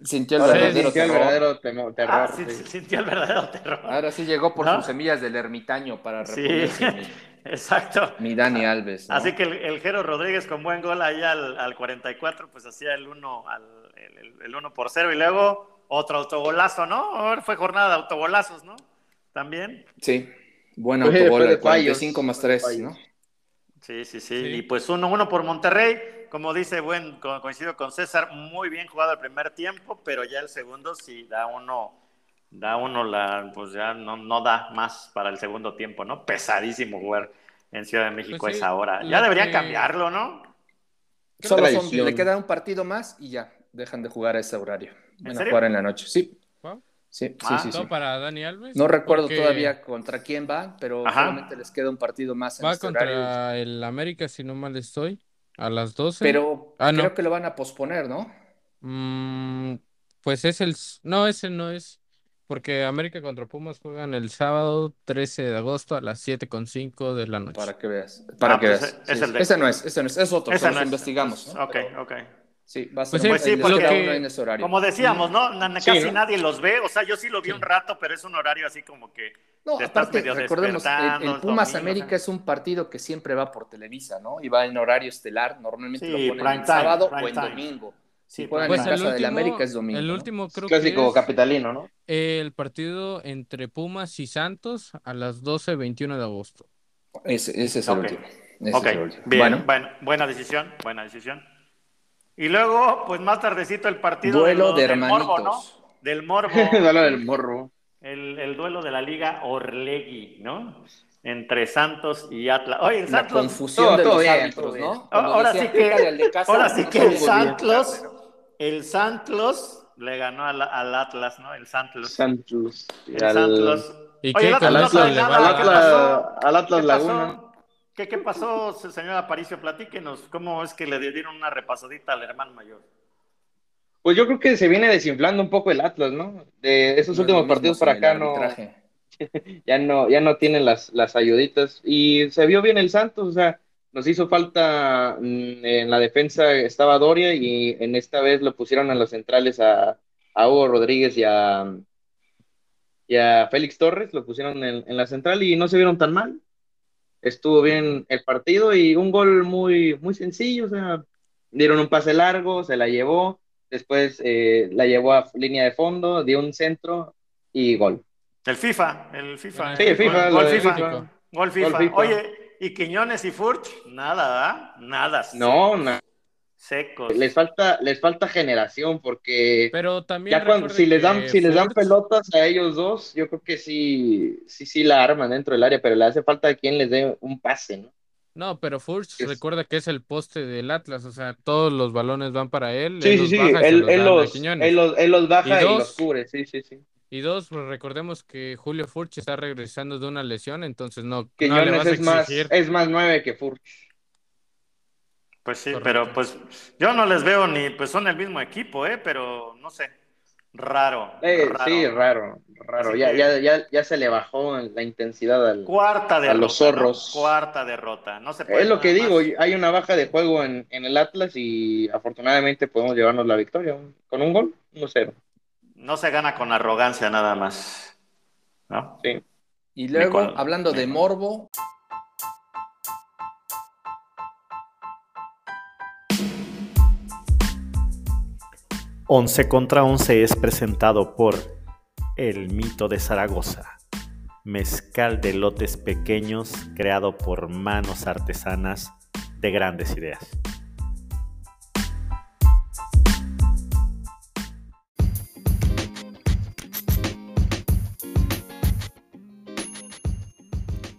B: Sintió el
C: Ahora sí
B: verdadero
C: sintió el
B: terror. Ah.
C: verdadero temo- terror.
A: Ah, sí,
C: sí.
A: sí, sintió el verdadero terror.
B: Ahora sí llegó por
A: ¿No?
B: sus semillas del ermitaño para
A: Sí.
B: reponerse mi-
A: Exacto.
B: mi, Dani Alves. ¿no?
A: Así que el, el Jero Rodríguez con buen gol ahí al, al 44, pues hacía el 1 al, el, el- el 1 por 0 y luego otro autogolazo, ¿no? Ahora fue jornada de autogolazos, ¿no? También.
B: Sí, buen
C: Fue-
B: autogol,
C: fue de
B: el 45
C: fallos,
B: más
C: fue de
B: 3, ¿no?
A: Sí, sí, sí,
D: Sí.
A: Y pues 1-1 uno, uno por Monterrey, como dice, buen, co- coincido con César, muy bien jugado el primer tiempo, pero ya el segundo sí da uno, da uno la, pues ya no, no da más para el segundo tiempo, ¿no? Pesadísimo jugar en Ciudad de México
D: Pues sí,
A: a esa hora.
D: lo
A: Ya deberían
D: que-
A: cambiarlo, ¿no?
C: Qué
B: Solo son,
C: tradición.
B: le queda un partido más y ya, dejan de jugar a ese horario. Van a
A: serio?
B: jugar en la noche, sí.
D: Wow.
B: Sí, sí,
A: Ah,
B: sí, sí.
D: Todo para Dani Alves.
B: No recuerdo
D: porque
B: todavía contra quién van, pero
A: Ajá.
B: solamente les queda un partido más en
D: Va
B: este horario.
D: contra el América, si no mal estoy, a las 12.
B: Pero
D: Ah, no.
B: creo que lo van a posponer, ¿no?
D: Mm, pues es el... s- No, ese no es. Porque América contra Pumas juegan el sábado 13 de agosto a las 7.5 de la noche.
B: Para que veas. Para
A: Ah,
B: que
A: pues
B: veas.
A: es- es
B: Sí,
A: el de-
B: Ese no es, ese no es, es otro,
A: Esa
B: se los
A: no es-
B: investigamos. ¿no?
A: Ok,
B: Pero
A: ok.
B: Sí, va a ser
D: Pues
B: un-
D: sí, sí,
B: les
D: pues lo
B: queda
D: que-
B: uno en ese horario.
A: Como decíamos, ¿no? Na- na-
C: Sí,
A: Casi
C: ¿no?
A: nadie los ve. O sea, yo sí lo vi
D: Sí.
A: un rato, pero es un horario así como que.
B: No,
A: te estás
B: aparte,
A: medio
B: recordemos, el- el,
A: despertando, el
B: Pumas
A: domingo,
B: América
A: o sea.
B: es un partido que siempre va por Televisa, ¿no? Y va en horario estelar, normalmente
A: Sí,
B: lo ponen
A: prime
B: en
A: time,
B: sábado
A: prime
B: o en
A: time.
B: domingo. Si
A: Sí,
B: juegan
A: prime
B: en
A: time.
B: casa del América es domingo.
D: el
B: ¿no?
D: último creo
C: Clásico
D: que es
C: capitalino, ¿no?
D: el partido entre Pumas y Santos a las 12.21 de agosto.
B: Ese, ese es el
A: Ok.
B: último. Ese
A: Ok,
B: es el último.
A: bien.
B: Bueno,
A: bueno, buena decisión, buena decisión. Y luego, pues más tardecito, el partido.
B: duelo
A: los-
B: de
A: del
B: hermanitos.
A: Morbo, ¿no? Del Morbo.
C: Dale del morro.
A: el, el duelo de la Liga Orlegui, ¿no? Entre Santos y Atlas. Oye, el
B: La
A: Santos.
B: confusión
C: Todo-
B: de
C: todo
B: los
C: bien, todo
B: árbitros,
C: bien.
B: ¿no?
A: Ah,
B: Cuando
A: ahora
B: decía,
A: sí que-
B: "Pítale al de casa",
A: Ahora sí
B: no
A: que
B: se
A: el
B: jugó bien.
A: Santos. El Santos le ganó al, al Atlas, ¿no? El Santos.
C: Santos. y
A: El
C: al-
A: Santos.
D: ¿Y
A: Oye,
D: qué
A: el Atlas
C: Al
A: no
D: colazo
A: sabe
D: le
A: nada,
D: va a
A: ¿qué
C: Atlas,
D: dar?
C: al Atlas, al
A: ¿Qué
C: Atlas Laguna.
A: pasó? ¿Qué, qué pasó, se- señor Aparicio? Platíquenos, ¿cómo es que le dieron una repasadita al hermano mayor?
C: Pues yo creo que se viene desinflando un poco el Atlas, ¿no?
B: No
C: De
B: es
C: esos
B: lo
C: últimos
B: mismo
C: partidos
B: sin
C: para
B: el
C: acá no,
B: arbitraje.
C: ya no, ya no tienen las, las ayuditas. Y se vio bien el Santos, o sea, nos hizo falta mm, en la defensa estaba Doria y en esta vez lo pusieron a los centrales a, a Hugo Rodríguez y a, y a Félix Torres, lo pusieron en, en la central y no se vieron tan mal. Estuvo bien el partido y un gol muy, muy sencillo, o sea, dieron un pase largo, se la llevó, después eh, la llevó a línea de fondo, dio un centro y gol.
A: El FIFA, el FIFA.
D: Sí,
A: ¿eh?
D: el FIFA,
A: Gol,
D: lo
A: gol
D: de
A: FIFA,
D: FIFA.
A: gol FIFA.
C: Gol FIFA.
A: Oye, ¿y Quiñones y Furch? Nada, ¿ah? Nada.
C: No, no.
A: Secos.
C: les falta les falta generación porque
D: Pero también
C: ya cuando
D: recuerden
C: si les dan
D: que
C: si les dan
D: Furch-
C: pelotas a ellos dos yo creo que sí sí sí la arman dentro del área pero le hace falta a quien les dé un pase no
D: No, pero Furch
C: Es-
D: recuerda que es el poste del Atlas, o sea, todos los balones van para él,
C: sí
D: él
C: sí
D: los
C: sí
D: baja y se
C: él,
D: los
C: él
D: dan a
C: los,
D: Quiñones.
C: él los él los baja y,
D: Y dos.
C: los cubre sí sí sí
D: Y dos, pues recordemos que Julio Furch está regresando de una lesión, entonces no, no le
C: Quiñones
D: vas a
C: es más
D: exigir.
C: es más nueve que Furch
A: Pues sí,
D: Correcto.
A: pero pues yo no les veo ni, pues son el mismo equipo, ¿eh? Pero no sé. Raro.
C: Eh,
A: raro.
C: sí raro raro
A: Así
C: ya,
A: que-
C: ya ya ya se le bajó la intensidad al
A: Cuarta derrota. ¿no?
C: los zorros.
A: Cuarta derrota. No se puede.
C: es lo que
A: nada
C: digo,
A: más.
C: hay una baja de juego en, en el Atlas y afortunadamente podemos llevarnos la victoria con un gol, 1-0.
A: No se gana con arrogancia nada más. ¿No?
C: Sí.
B: Y luego,
A: Nicola-
B: hablando de
A: Nicola.
B: morbo,
E: Once contra Once es presentado por El Mito de Zaragoza, mezcal de lotes pequeños creado por manos artesanas de grandes ideas.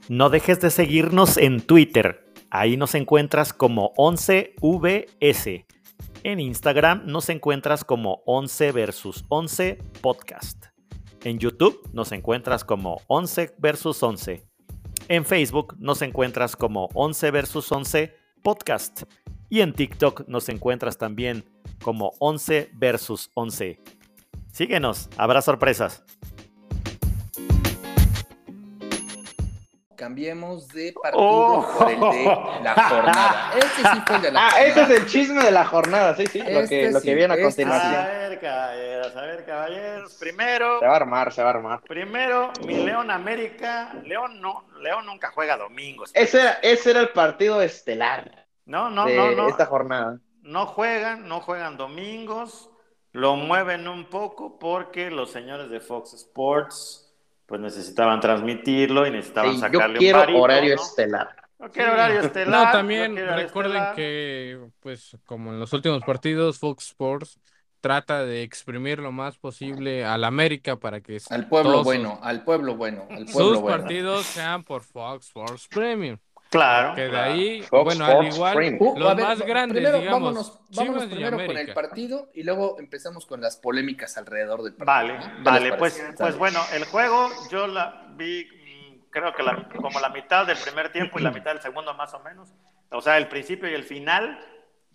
E: No dejes de seguirnos en Twitter, ahí nos encuentras como 11VS. En Instagram nos encuentras como 11 versus 11 podcast. En YouTube nos encuentras como 11 versus 11. En Facebook nos encuentras como 11 versus 11 podcast. Y en TikTok nos encuentras también como 11 versus 11. Síguenos, habrá sorpresas.
B: cambiemos de partido oh. por el de la jornada. Este sí fue el de la
C: ah,
B: jornada.
C: este es el chisme de la jornada, sí, sí, lo
B: Este
C: que, lo
B: sí,
C: que viene a
B: este
C: continuación.
B: sí.
A: A ver, caballeros, a ver, caballeros. Primero,
C: Se va a armar, se va a armar.
A: primero, mi León América. León no, León nunca juega domingos.
C: Ese era, ese era el partido estelar
A: No, no,
C: de
A: no, no.
C: esta jornada.
A: No juegan, no juegan domingos. Lo mueven un poco porque los señores de Fox Sports pues necesitaban transmitirlo y necesitaban
C: Sí, yo
A: sacarle
C: quiero
A: un parito,
C: horario
A: ¿no?
C: estelar.
A: Yo quiero horario estelar.
D: No,
A: yo
D: también
A: quiero horario
D: recuerden
A: estelar.
D: que, pues, como en los últimos partidos, Fox Sports trata de exprimir lo más posible al América para que
B: Al pueblo
D: todos
B: bueno, al pueblo bueno, al
D: sus-
B: pueblo
D: sus
B: bueno.
D: partidos sean por Fox Sports Premium.
A: Claro.
D: Que de
A: claro.
D: ahí,
C: Fox
D: bueno, al
C: Sports
D: igual,
C: Premium.
B: Uh,
D: los
B: a ver,
D: más
B: va-
D: grandes,
B: primero,
D: digamos,
B: vámonos, vámonos
D: Chivas y
B: primero con el
D: América.
B: partido y luego empezamos con las polémicas alrededor del
A: Vale,
B: partido. ¿no? ¿Qué les
A: vale,
B: parece?
A: pues,
B: Sale.
A: pues bueno, el juego yo la vi, mm, creo que la- como la mitad del primer tiempo y la mitad del segundo más o menos, o sea, el principio y el final,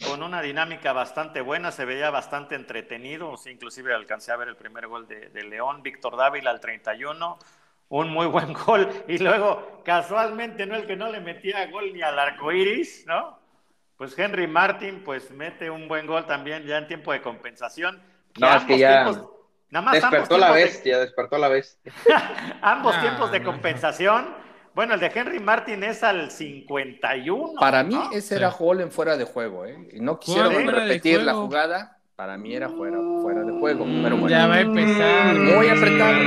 A: con una dinámica bastante buena, se veía bastante entretenido, o sea, inclusive alcancé a ver el primer gol de, de León, Víctor Dávila al 31, un muy buen gol, y luego casualmente no el que no le metía gol ni al arco iris, ¿no? Pues Henry Martin, pues mete un buen gol también ya en tiempo de compensación.
C: No, es que ya
A: nada más ambos
C: Despertó la
A: tiempos de-
C: bestia, despertó la bestia.
A: ambos
D: Ah,
A: tiempos de
D: no.
A: compensación. Bueno, el de Henry Martin es al 51.
B: Para mí
A: ¿no?
B: ese era
D: Ah, Sí.
B: gol en fuera de juego, ¿eh? Y no quisieron
D: Fuera de
B: repetir la
D: juego.
B: jugada, para mí era fuera, fuera de juego,
D: Mm,
B: pero bueno. Mm,
D: Ya Mm, va a empezar.
B: Muy apretado.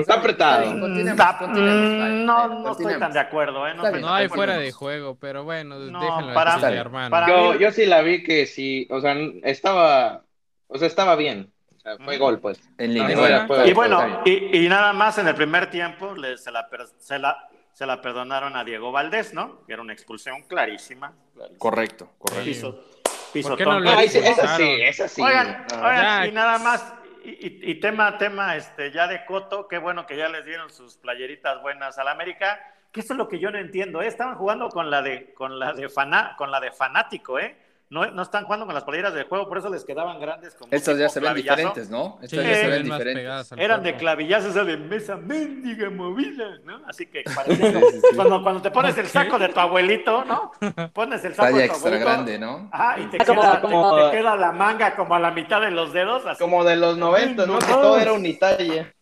C: Está apretado.
B: Continuemos,
A: Está- Mm,
B: continuemos, vale,
A: no,
B: vale,
A: no estoy
B: continuemos.
A: tan de acuerdo. ¿eh? No,
B: Está
A: estoy
B: bien.
D: No
A: tan
D: hay
A: acuerdo.
D: fuera de juego, pero bueno,
A: No,
D: déjenlo
A: para-
D: así,
B: para-
D: hermano.
A: para-
C: Yo, yo sí la vi que sí, o sea, estaba, o sea, estaba bien. O sea, fue
A: Ujú.
C: gol, pues.
B: En
C: No,
B: línea. Bueno,
D: fuera,
B: está
C: fuera.
A: Y
B: bien, está
A: bueno, pues,
B: bien.
A: y, y nada más en el primer tiempo le- se, la, per- se, la, se la perdonaron a Diego Valdés, ¿no? Que era una expulsión clarísima.
B: correcto, correcto.
A: Piso,
D: ¿Por
A: pisotón.
D: qué no lo
C: Ay, sí, Ah, esa
D: expulsaron?
C: sí, esa sí. Ah.
A: Oigan,
C: No.
A: oigan,
D: Ya.
A: y nada más, y, y- y tema, tema, este, ya de Coto, qué bueno que ya les dieron sus playeritas buenas al América, que eso es lo que yo no entiendo, ¿eh? Estaban jugando con la de, con la de fana, con la de fanático, ¿eh? No, no están jugando con las playeras del juego, por eso les quedaban grandes como.
B: Estas ya
A: tipo
B: se ven
A: clavillazo.
B: diferentes, ¿no?
D: Sí,
B: Estas ya
A: Eh,
B: se
D: se
B: ven
D: ven más
B: diferentes.
D: pegadas al
A: Eran de
D: cuerpo.
A: clavillazo, esa de mesa mendiga movida, ¿no? Así que parecía-
B: Sí, sí, sí.
A: cuando, cuando te pones el
D: Ok.
A: saco de tu abuelito, ¿no? Pones el saco
B: Talla
A: de tu
B: extra
A: abuelito.
B: grande, ¿no?
A: Ajá, y te
C: Ah, como-
A: queda,
C: como-
A: te- te queda la manga como a la mitad de los dedos, así.
C: Como de los 90, ¿no? Que todo era unitaria.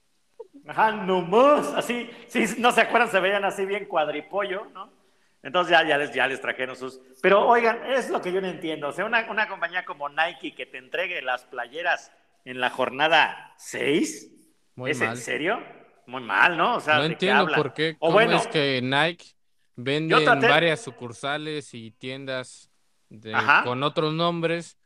A: Ajá, nomás, así, sí, no se acuerdan, se veían así bien cuadripollo, ¿no? Entonces ya, ya, les, ya les trajeron sus... Pero oigan, es lo que yo no entiendo. O sea, una, una compañía como Nike que te entregue las playeras en la jornada 6,
D: Muy
A: ¿es en
D: mal.
A: serio? Muy mal, ¿no? O sea,
D: No
A: ¿de qué
D: entiendo
A: hablan?
D: por qué.
A: O
D: ¿Cómo
A: bueno,
D: es que Nike vende
A: Yo traté-
D: en varias sucursales y tiendas de-
A: Ajá.
D: con otros nombres?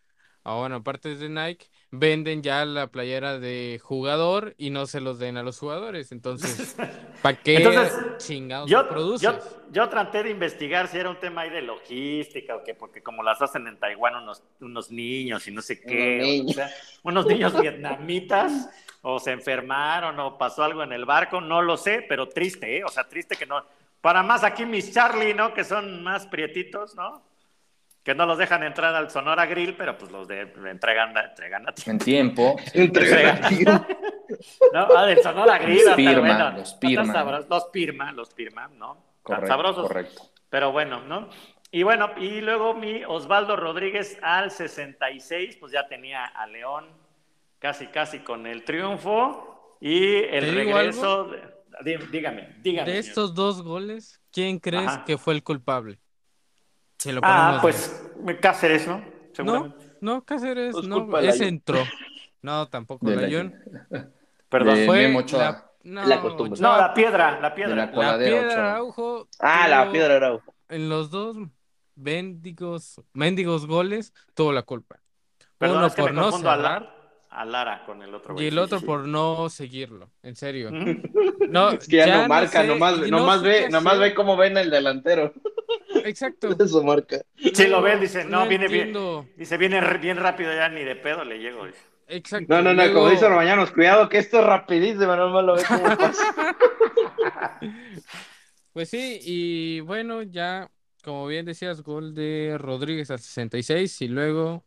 D: Ah, bueno, aparte de Nike, venden ya la playera de jugador y no se los den a los jugadores. Entonces, ¿para qué
A: Entonces,
D: chingados lo
A: yo,
D: produces?
A: yo, yo traté de investigar si era un tema ahí de logística o que porque como las hacen en Taiwán unos, unos niños y no sé qué,
C: Unos
A: o
C: niños.
A: sea, unos niños vietnamitas o se enfermaron o pasó algo en el barco, no lo sé, pero triste, ¿eh? o sea, triste que no. Para más aquí mis Charlie, ¿no? Que son más prietitos, ¿no? Que no los dejan entrar al Sonora Grill, pero pues los de, entregan, entregan a ti.
B: En tiempo.
A: No, ah, del Sonora Grill.
B: Los
A: hasta
B: Pirma,
A: bueno,
B: los
A: hasta
B: Pirma.
A: sabros- Los Pirma, los Pirma, ¿no? Tan
B: Correcto,
A: sabrosos.
B: correcto.
A: Pero bueno, ¿no? Y bueno, y luego mi Osvaldo Rodríguez al 66, pues ya tenía a León casi, casi con el triunfo y el
D: ¿Te digo
A: regreso. de- dí- dígame, dígame.
D: De
A: señor.
D: estos dos goles, ¿quién crees
A: Ajá.
D: que fue el culpable? Si lo
A: Ah,
D: ponemos
A: pues Cáceres, ¿no?
D: de-
A: Seguramente.
D: No, no, Cáceres,
C: Pues
D: no,
C: culpa de
D: ese
C: Layún.
D: entró. No, tampoco
B: De la-
D: Layún.
A: Perdón.
B: de-
D: Fue
B: Memo Ochoa.
D: la-
C: La
D: Pues no,
C: costumbre.
A: No,
D: Ochoa,
A: la piedra, la
B: De
A: piedra.
B: la-
D: La
B: Coladera,
D: piedra
B: Ochoa.
D: Araujo
C: Ah, la
D: tuvo-
C: piedra era.
D: En los dos mendigos, mendigos goles tuvo la culpa.
A: Perdón,
D: Uno
A: es que
D: por
A: me
D: no
A: confundo a Lara-
D: cerrar
A: a Lara con el otro.
D: y
A: güey,
D: el
A: sí,
D: otro
A: sí, sí.
D: por no seguirlo. En serio.
A: Ujú.
D: No,
C: Es que ya, no marca,
D: sé,
C: nomás,
D: y no
C: nomás,
D: sé
C: ve,
D: qué
C: nomás ve
D: hacer.
C: cómo ven el delantero.
D: Exacto.
C: Eso marca.
A: Sí, lo ven, dice, no, viene bien.
D: entiendo.
A: Dice, viene r- bien rápido ya, ni de pedo le llego. dice.
D: Exacto.
C: No, no, no,
D: Luego,
C: como dicen los mañanos, cuidado que esto es rapidísimo, nomás lo ve como pasa.
D: Pues sí, y bueno, ya, como bien decías, gol de Rodríguez al 66 y luego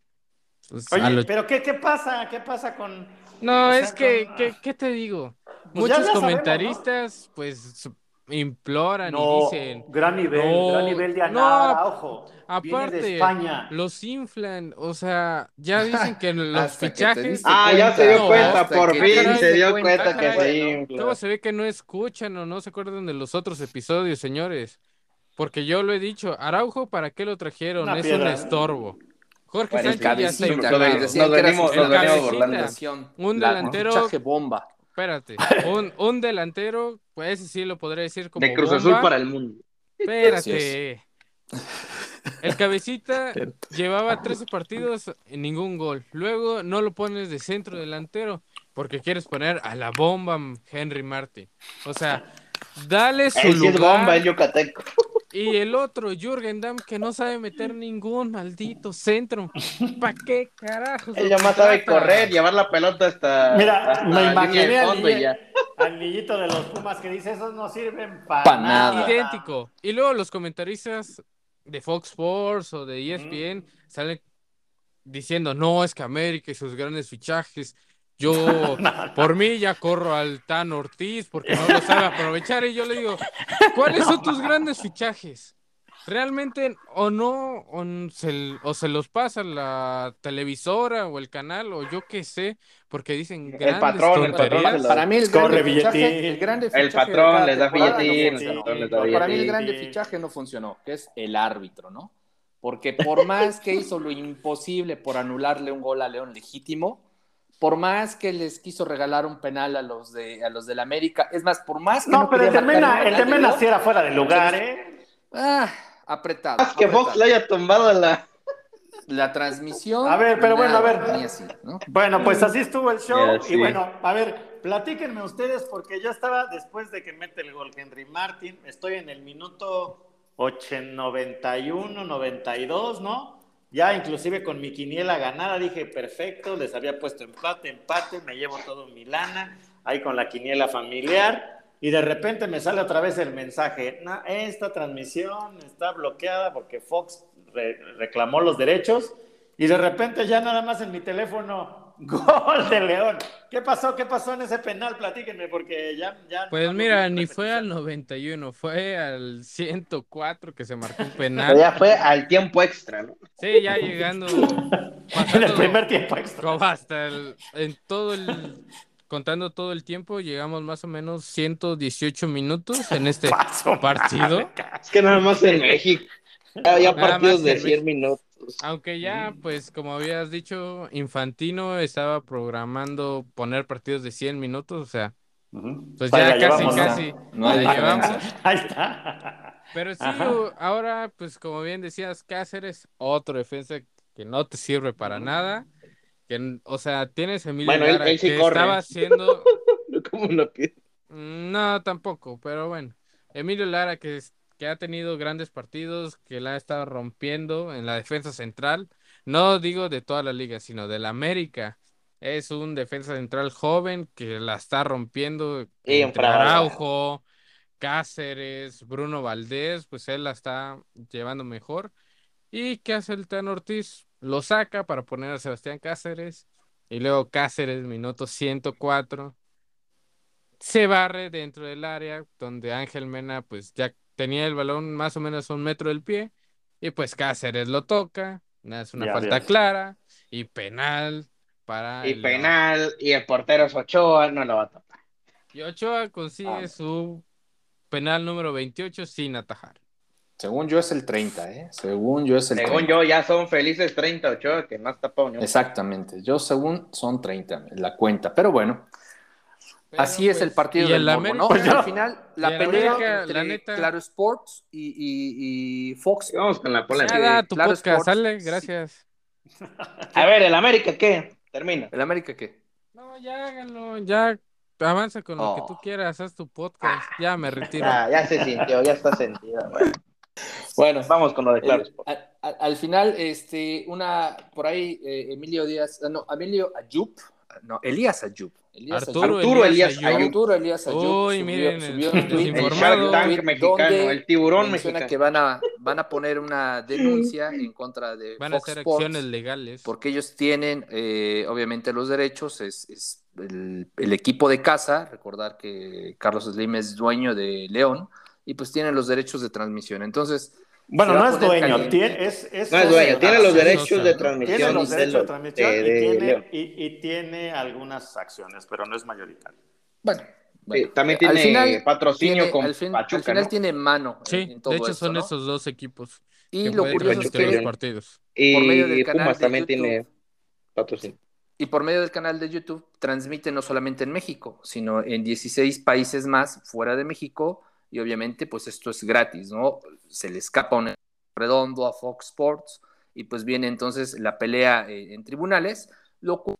D: pues,
A: Oye,
D: al och-
A: pero qué, ¿qué pasa? ¿Qué pasa con...?
D: No,
A: o sea,
D: es que,
A: con-
D: ¿qué, qué te digo?
A: Pues ya-
D: Muchos
A: ya sabemos, ¿no?
D: comentaristas, pues, su- imploran
A: ah, No,
D: y dicen.
A: gran nivel,
D: "No,
A: gran nivel de
D: no,
A: Anara, ojo. Viene de
D: Aparte,
A: España.
D: los inflan, o sea, ya dicen que los
B: Hasta que te
D: fichajes.
B: diste
C: Ah, ya se
D: cuenta,
C: dio
D: ¿no?
C: cuenta,
B: Hasta
C: por
B: que
D: te
C: fin
D: diste
C: se dio cuenta
D: cuenta,
C: que
D: caray,
C: sí.
D: Luego se ve que no escuchan o no se acuerdan de los otros episodios, señores. Porque yo lo he dicho, Araujo, ¿para qué lo trajeron?
A: Una
D: es
A: piedra.
D: un estorbo. Jorge
B: Bueno, el
D: Sánchez ya está
B: cabecita,
C: inflado.
B: güey,
D: inflado.
C: Nos
B: decían que era
C: venimos-
B: su
D: nos venimos
B: cabecita.
D: burlando. Un
B: La-
D: delantero-
B: fichaje bomba.
D: Espérate, un, un delantero, pues ese sí lo podría decir como
C: De Cruz
D: bomba.
C: Azul para el mundo.
D: Espérate. El cabecita llevaba 13 partidos en ningún gol. Luego no lo pones de centro delantero porque quieres poner a la bomba Henry Martin. O sea, dale su
C: Él sí es
D: lugar.
C: bomba, el yucateco.
D: Y el otro, Jürgen Damm, que no sabe meter ningún maldito centro. ¿Para qué carajos?
C: Él
D: lo
C: ya más sabe
D: contratan?
C: correr, llevar la pelota hasta.
A: Mira,
C: hasta
A: me
C: la
A: imaginé
C: línea de
A: al
C: fondo y
A: Guille-
C: ya.
A: Al niñito de los Pumas que dice, esos no sirven para
B: Pa'
A: nada.
C: Ah.
B: nada.
D: Idéntico. Y luego los comentaristas de Fox Sports o de E ESPN salen diciendo, no, es que América y sus grandes fichajes. Yo, por mí, ya corro al Tan Ortiz porque no lo sabe aprovechar. Y yo le digo, ¿cuáles son tus grandes fichajes? Realmente o no, o, n- se, o se los pasa la televisora o el canal, o yo qué sé, porque dicen
C: El
D: grandes
C: patrón, el patrón
D: tonterías.
C: se lo-
B: Para mí el
A: Corre
B: grande fichaje,
A: billetín.
B: el grande
C: El
B: fichaje de
C: patrón
B: cada
C: les da
B: temporada
C: billetín,
B: no
C: el
B: funcionó.
C: patrón les da
B: Para mí el
A: billetín.
B: grande fichaje no funcionó, que es el árbitro, ¿no? Porque por más que hizo lo imposible por anularle un gol a León legítimo, por más que les quiso regalar un penal a los de a los del América, es más, por más que
A: No, pero el
B: quería
A: de
B: marcar
A: Mena,
B: un
A: el de
B: penal de
A: Mena
B: León,
A: sí era fuera de lugar, ¿eh?
B: ah, apretado.
C: Más que Fox
B: apretado.
C: le haya tumbado la.
B: La transmisión.
A: A ver, pero bueno,
B: nada,
A: a ver.
B: ni así, ¿no?
A: Bueno, pues así estuvo el show.
C: Mira, sí.
A: Y bueno, a ver, platíquenme ustedes, porque yo estaba después de que mete el gol Henry Martin, estoy en el minuto 8, 91, 92, ¿no? Ya inclusive con mi quiniela ganada dije, perfecto, les había puesto empate, empate, me llevo todo mi lana, ahí con la quiniela familiar. Y de repente me sale otra vez el mensaje, "No, esta transmisión está bloqueada porque Fox re- reclamó los derechos y de repente ya nada más en mi teléfono, gol de León. ¿Qué pasó? ¿Qué pasó en ese penal? Platíquenme, porque ya... ya
D: Pues
A: no
D: mira,
A: vi
D: ni fue al
A: repetición.
D: 91, fue al 104 que se marcó un
C: Pero
D: penal.
C: ya fue al tiempo extra, ¿no?
D: Sí, ya llegando.
A: En el
D: pasando
A: primer tiempo extra.
D: como hasta el- en todo el. Contando todo el tiempo, llegamos más o menos 118 minutos en este
A: Paso,
D: partido.
C: Es que nada más en México. Ya, ya
D: Nada
C: partidos
D: más
C: de
D: en
C: 100 minutos.
D: Aunque ya, pues como habías dicho, Infantino estaba programando poner partidos de 100 minutos, o sea, pues
A: Ahí
D: ya
A: la
D: casi,
A: llevamos, ¿no?
D: casi.
B: No hay
D: la
B: diferencia.
D: llevamos.
A: Ahí está.
D: Pero sí,
A: Ajá.
D: o- ahora, pues como bien decías, Cáceres, otro defensa que no te sirve para nada. Que, n- o sea, tienes a Emilio
C: Mm. Bueno, él-
D: Lara,
C: él sí
D: que
C: corre.
D: estaba haciendo.
C: ¿Cómo lo que-
D: No, tampoco, pero bueno. Emilio Lara, que, es- que ha tenido grandes partidos, que la ha estado rompiendo en la defensa central. No digo de toda la liga, sino de la América. Es un defensa central joven que la está rompiendo
C: Y
D: entre
C: infravalorado.
D: Araujo, Cáceres, Bruno Valdés, pues él la está llevando mejor. ¿Y qué hace el Tan Ortiz? Lo saca para poner a Sebastián Cáceres. Y luego Cáceres, minuto 104. Se barre dentro del área donde Ángel Mena pues ya tenía el balón más o menos a un metro del pie. Y pues Cáceres lo toca. Es una
A: Ya,
D: falta
A: ya.
D: clara. Y penal para...
C: Y
D: el León.
C: penal, y el portero es Ochoa, no lo va a tapar.
D: Y Ochoa consigue
C: Ah.
D: su penal número 28 sin atajar.
B: Según yo es el 30, ¿eh? Según yo es el
C: Según
B: 30.
C: yo, ya son felices 30 Ochoa, que no has tapado ni un.
B: Exactamente. Yo según son 30 la cuenta, pero bueno,
D: Pero,
B: así es
D: pues,
B: el partido
D: y
B: del
D: el
B: Morbo, ¿no?
D: América- Pues,
B: Al final la
D: y el
B: pelea
D: América,
B: entre
D: la neta-
B: Claro Sports y, y- y Fox.
C: Vamos con la
D: Ya
B: Ah,
C: polémica.
D: da tu
B: Claro
D: podcast,
B: Sports,
D: sale,
B: sí.
D: gracias.
C: A ver, ¿el América qué? Termina.
B: ¿El América qué?
D: No, ya háganlo, ya avanza con lo que
B: Oh.
D: tú quieras, haz tu podcast, ya me retiro.
C: Ah, ya se sintió, ya está sentido. güey.
B: Bueno,
C: Vamos con lo de
B: el-
C: Claro Sports.
B: al, al- al final, este, una, por ahí eh, Emilio Díaz, ah, no, Emilio Ayup, no, Elías Ayub. Elías
D: Arturo,
C: Arturo Elías
D: Elías
B: Ayub.
D: Ayub.
B: Arturo Elías Ayub.
D: Uy,
B: subió-
D: miren, el
B: subió un tweet-
C: El
D: Informado,
C: Shark Tank
B: donde
C: mexicano, el tiburón
B: menciona
C: mexicano.
B: que van a, van a poner una denuncia en contra de
D: Van a
B: Fox
D: hacer
B: Sports
D: acciones legales.
B: porque ellos tienen, eh, obviamente, los derechos, es, es el, el equipo de casa, recordar que Carlos Slim es dueño de León, y pues tienen los derechos de transmisión. Entonces,
A: Bueno,
B: Se
A: no
B: va a
A: es
B: poner
A: dueño,
B: caliente.
A: tiene, es, es
C: No es
A: socio.
C: dueño, tiene los
D: sí,
C: derechos
D: socio.
C: de
A: Tiene
C: transmisión.
A: los
C: de
A: derechos de
C: lo- eh,
A: transmisión
C: de-
A: y,
C: de Leo.
A: tiene, y- y tiene algunas acciones, pero no es mayoritario.
B: bueno, bueno.
C: Sí, Eh, también
B: Al
C: tiene
B: final
C: patrocinio
B: tiene-
C: con
B: al, fin- al
C: Pachuca,
B: final
C: ¿no?
B: tiene mano en-
D: Sí,
B: en todo
D: de hecho
B: esto,
D: son
B: ¿no?
D: esos dos equipos
B: Y
D: que
B: lo
D: pueden
B: curioso es
D: competir en los
B: que
C: Pachuca
D: partidos.
B: por medio del
C: Y
B: canal
C: Pumas
B: de
C: también
B: YouTube.
C: tiene patrocinio.
B: Y por medio del canal de YouTube transmite no solamente en México, sino en 16 países más fuera de México. Y obviamente, pues esto es gratis, ¿no? Se le escapa un redondo a Fox Sports y pues viene entonces la pelea eh, en tribunales, lo cual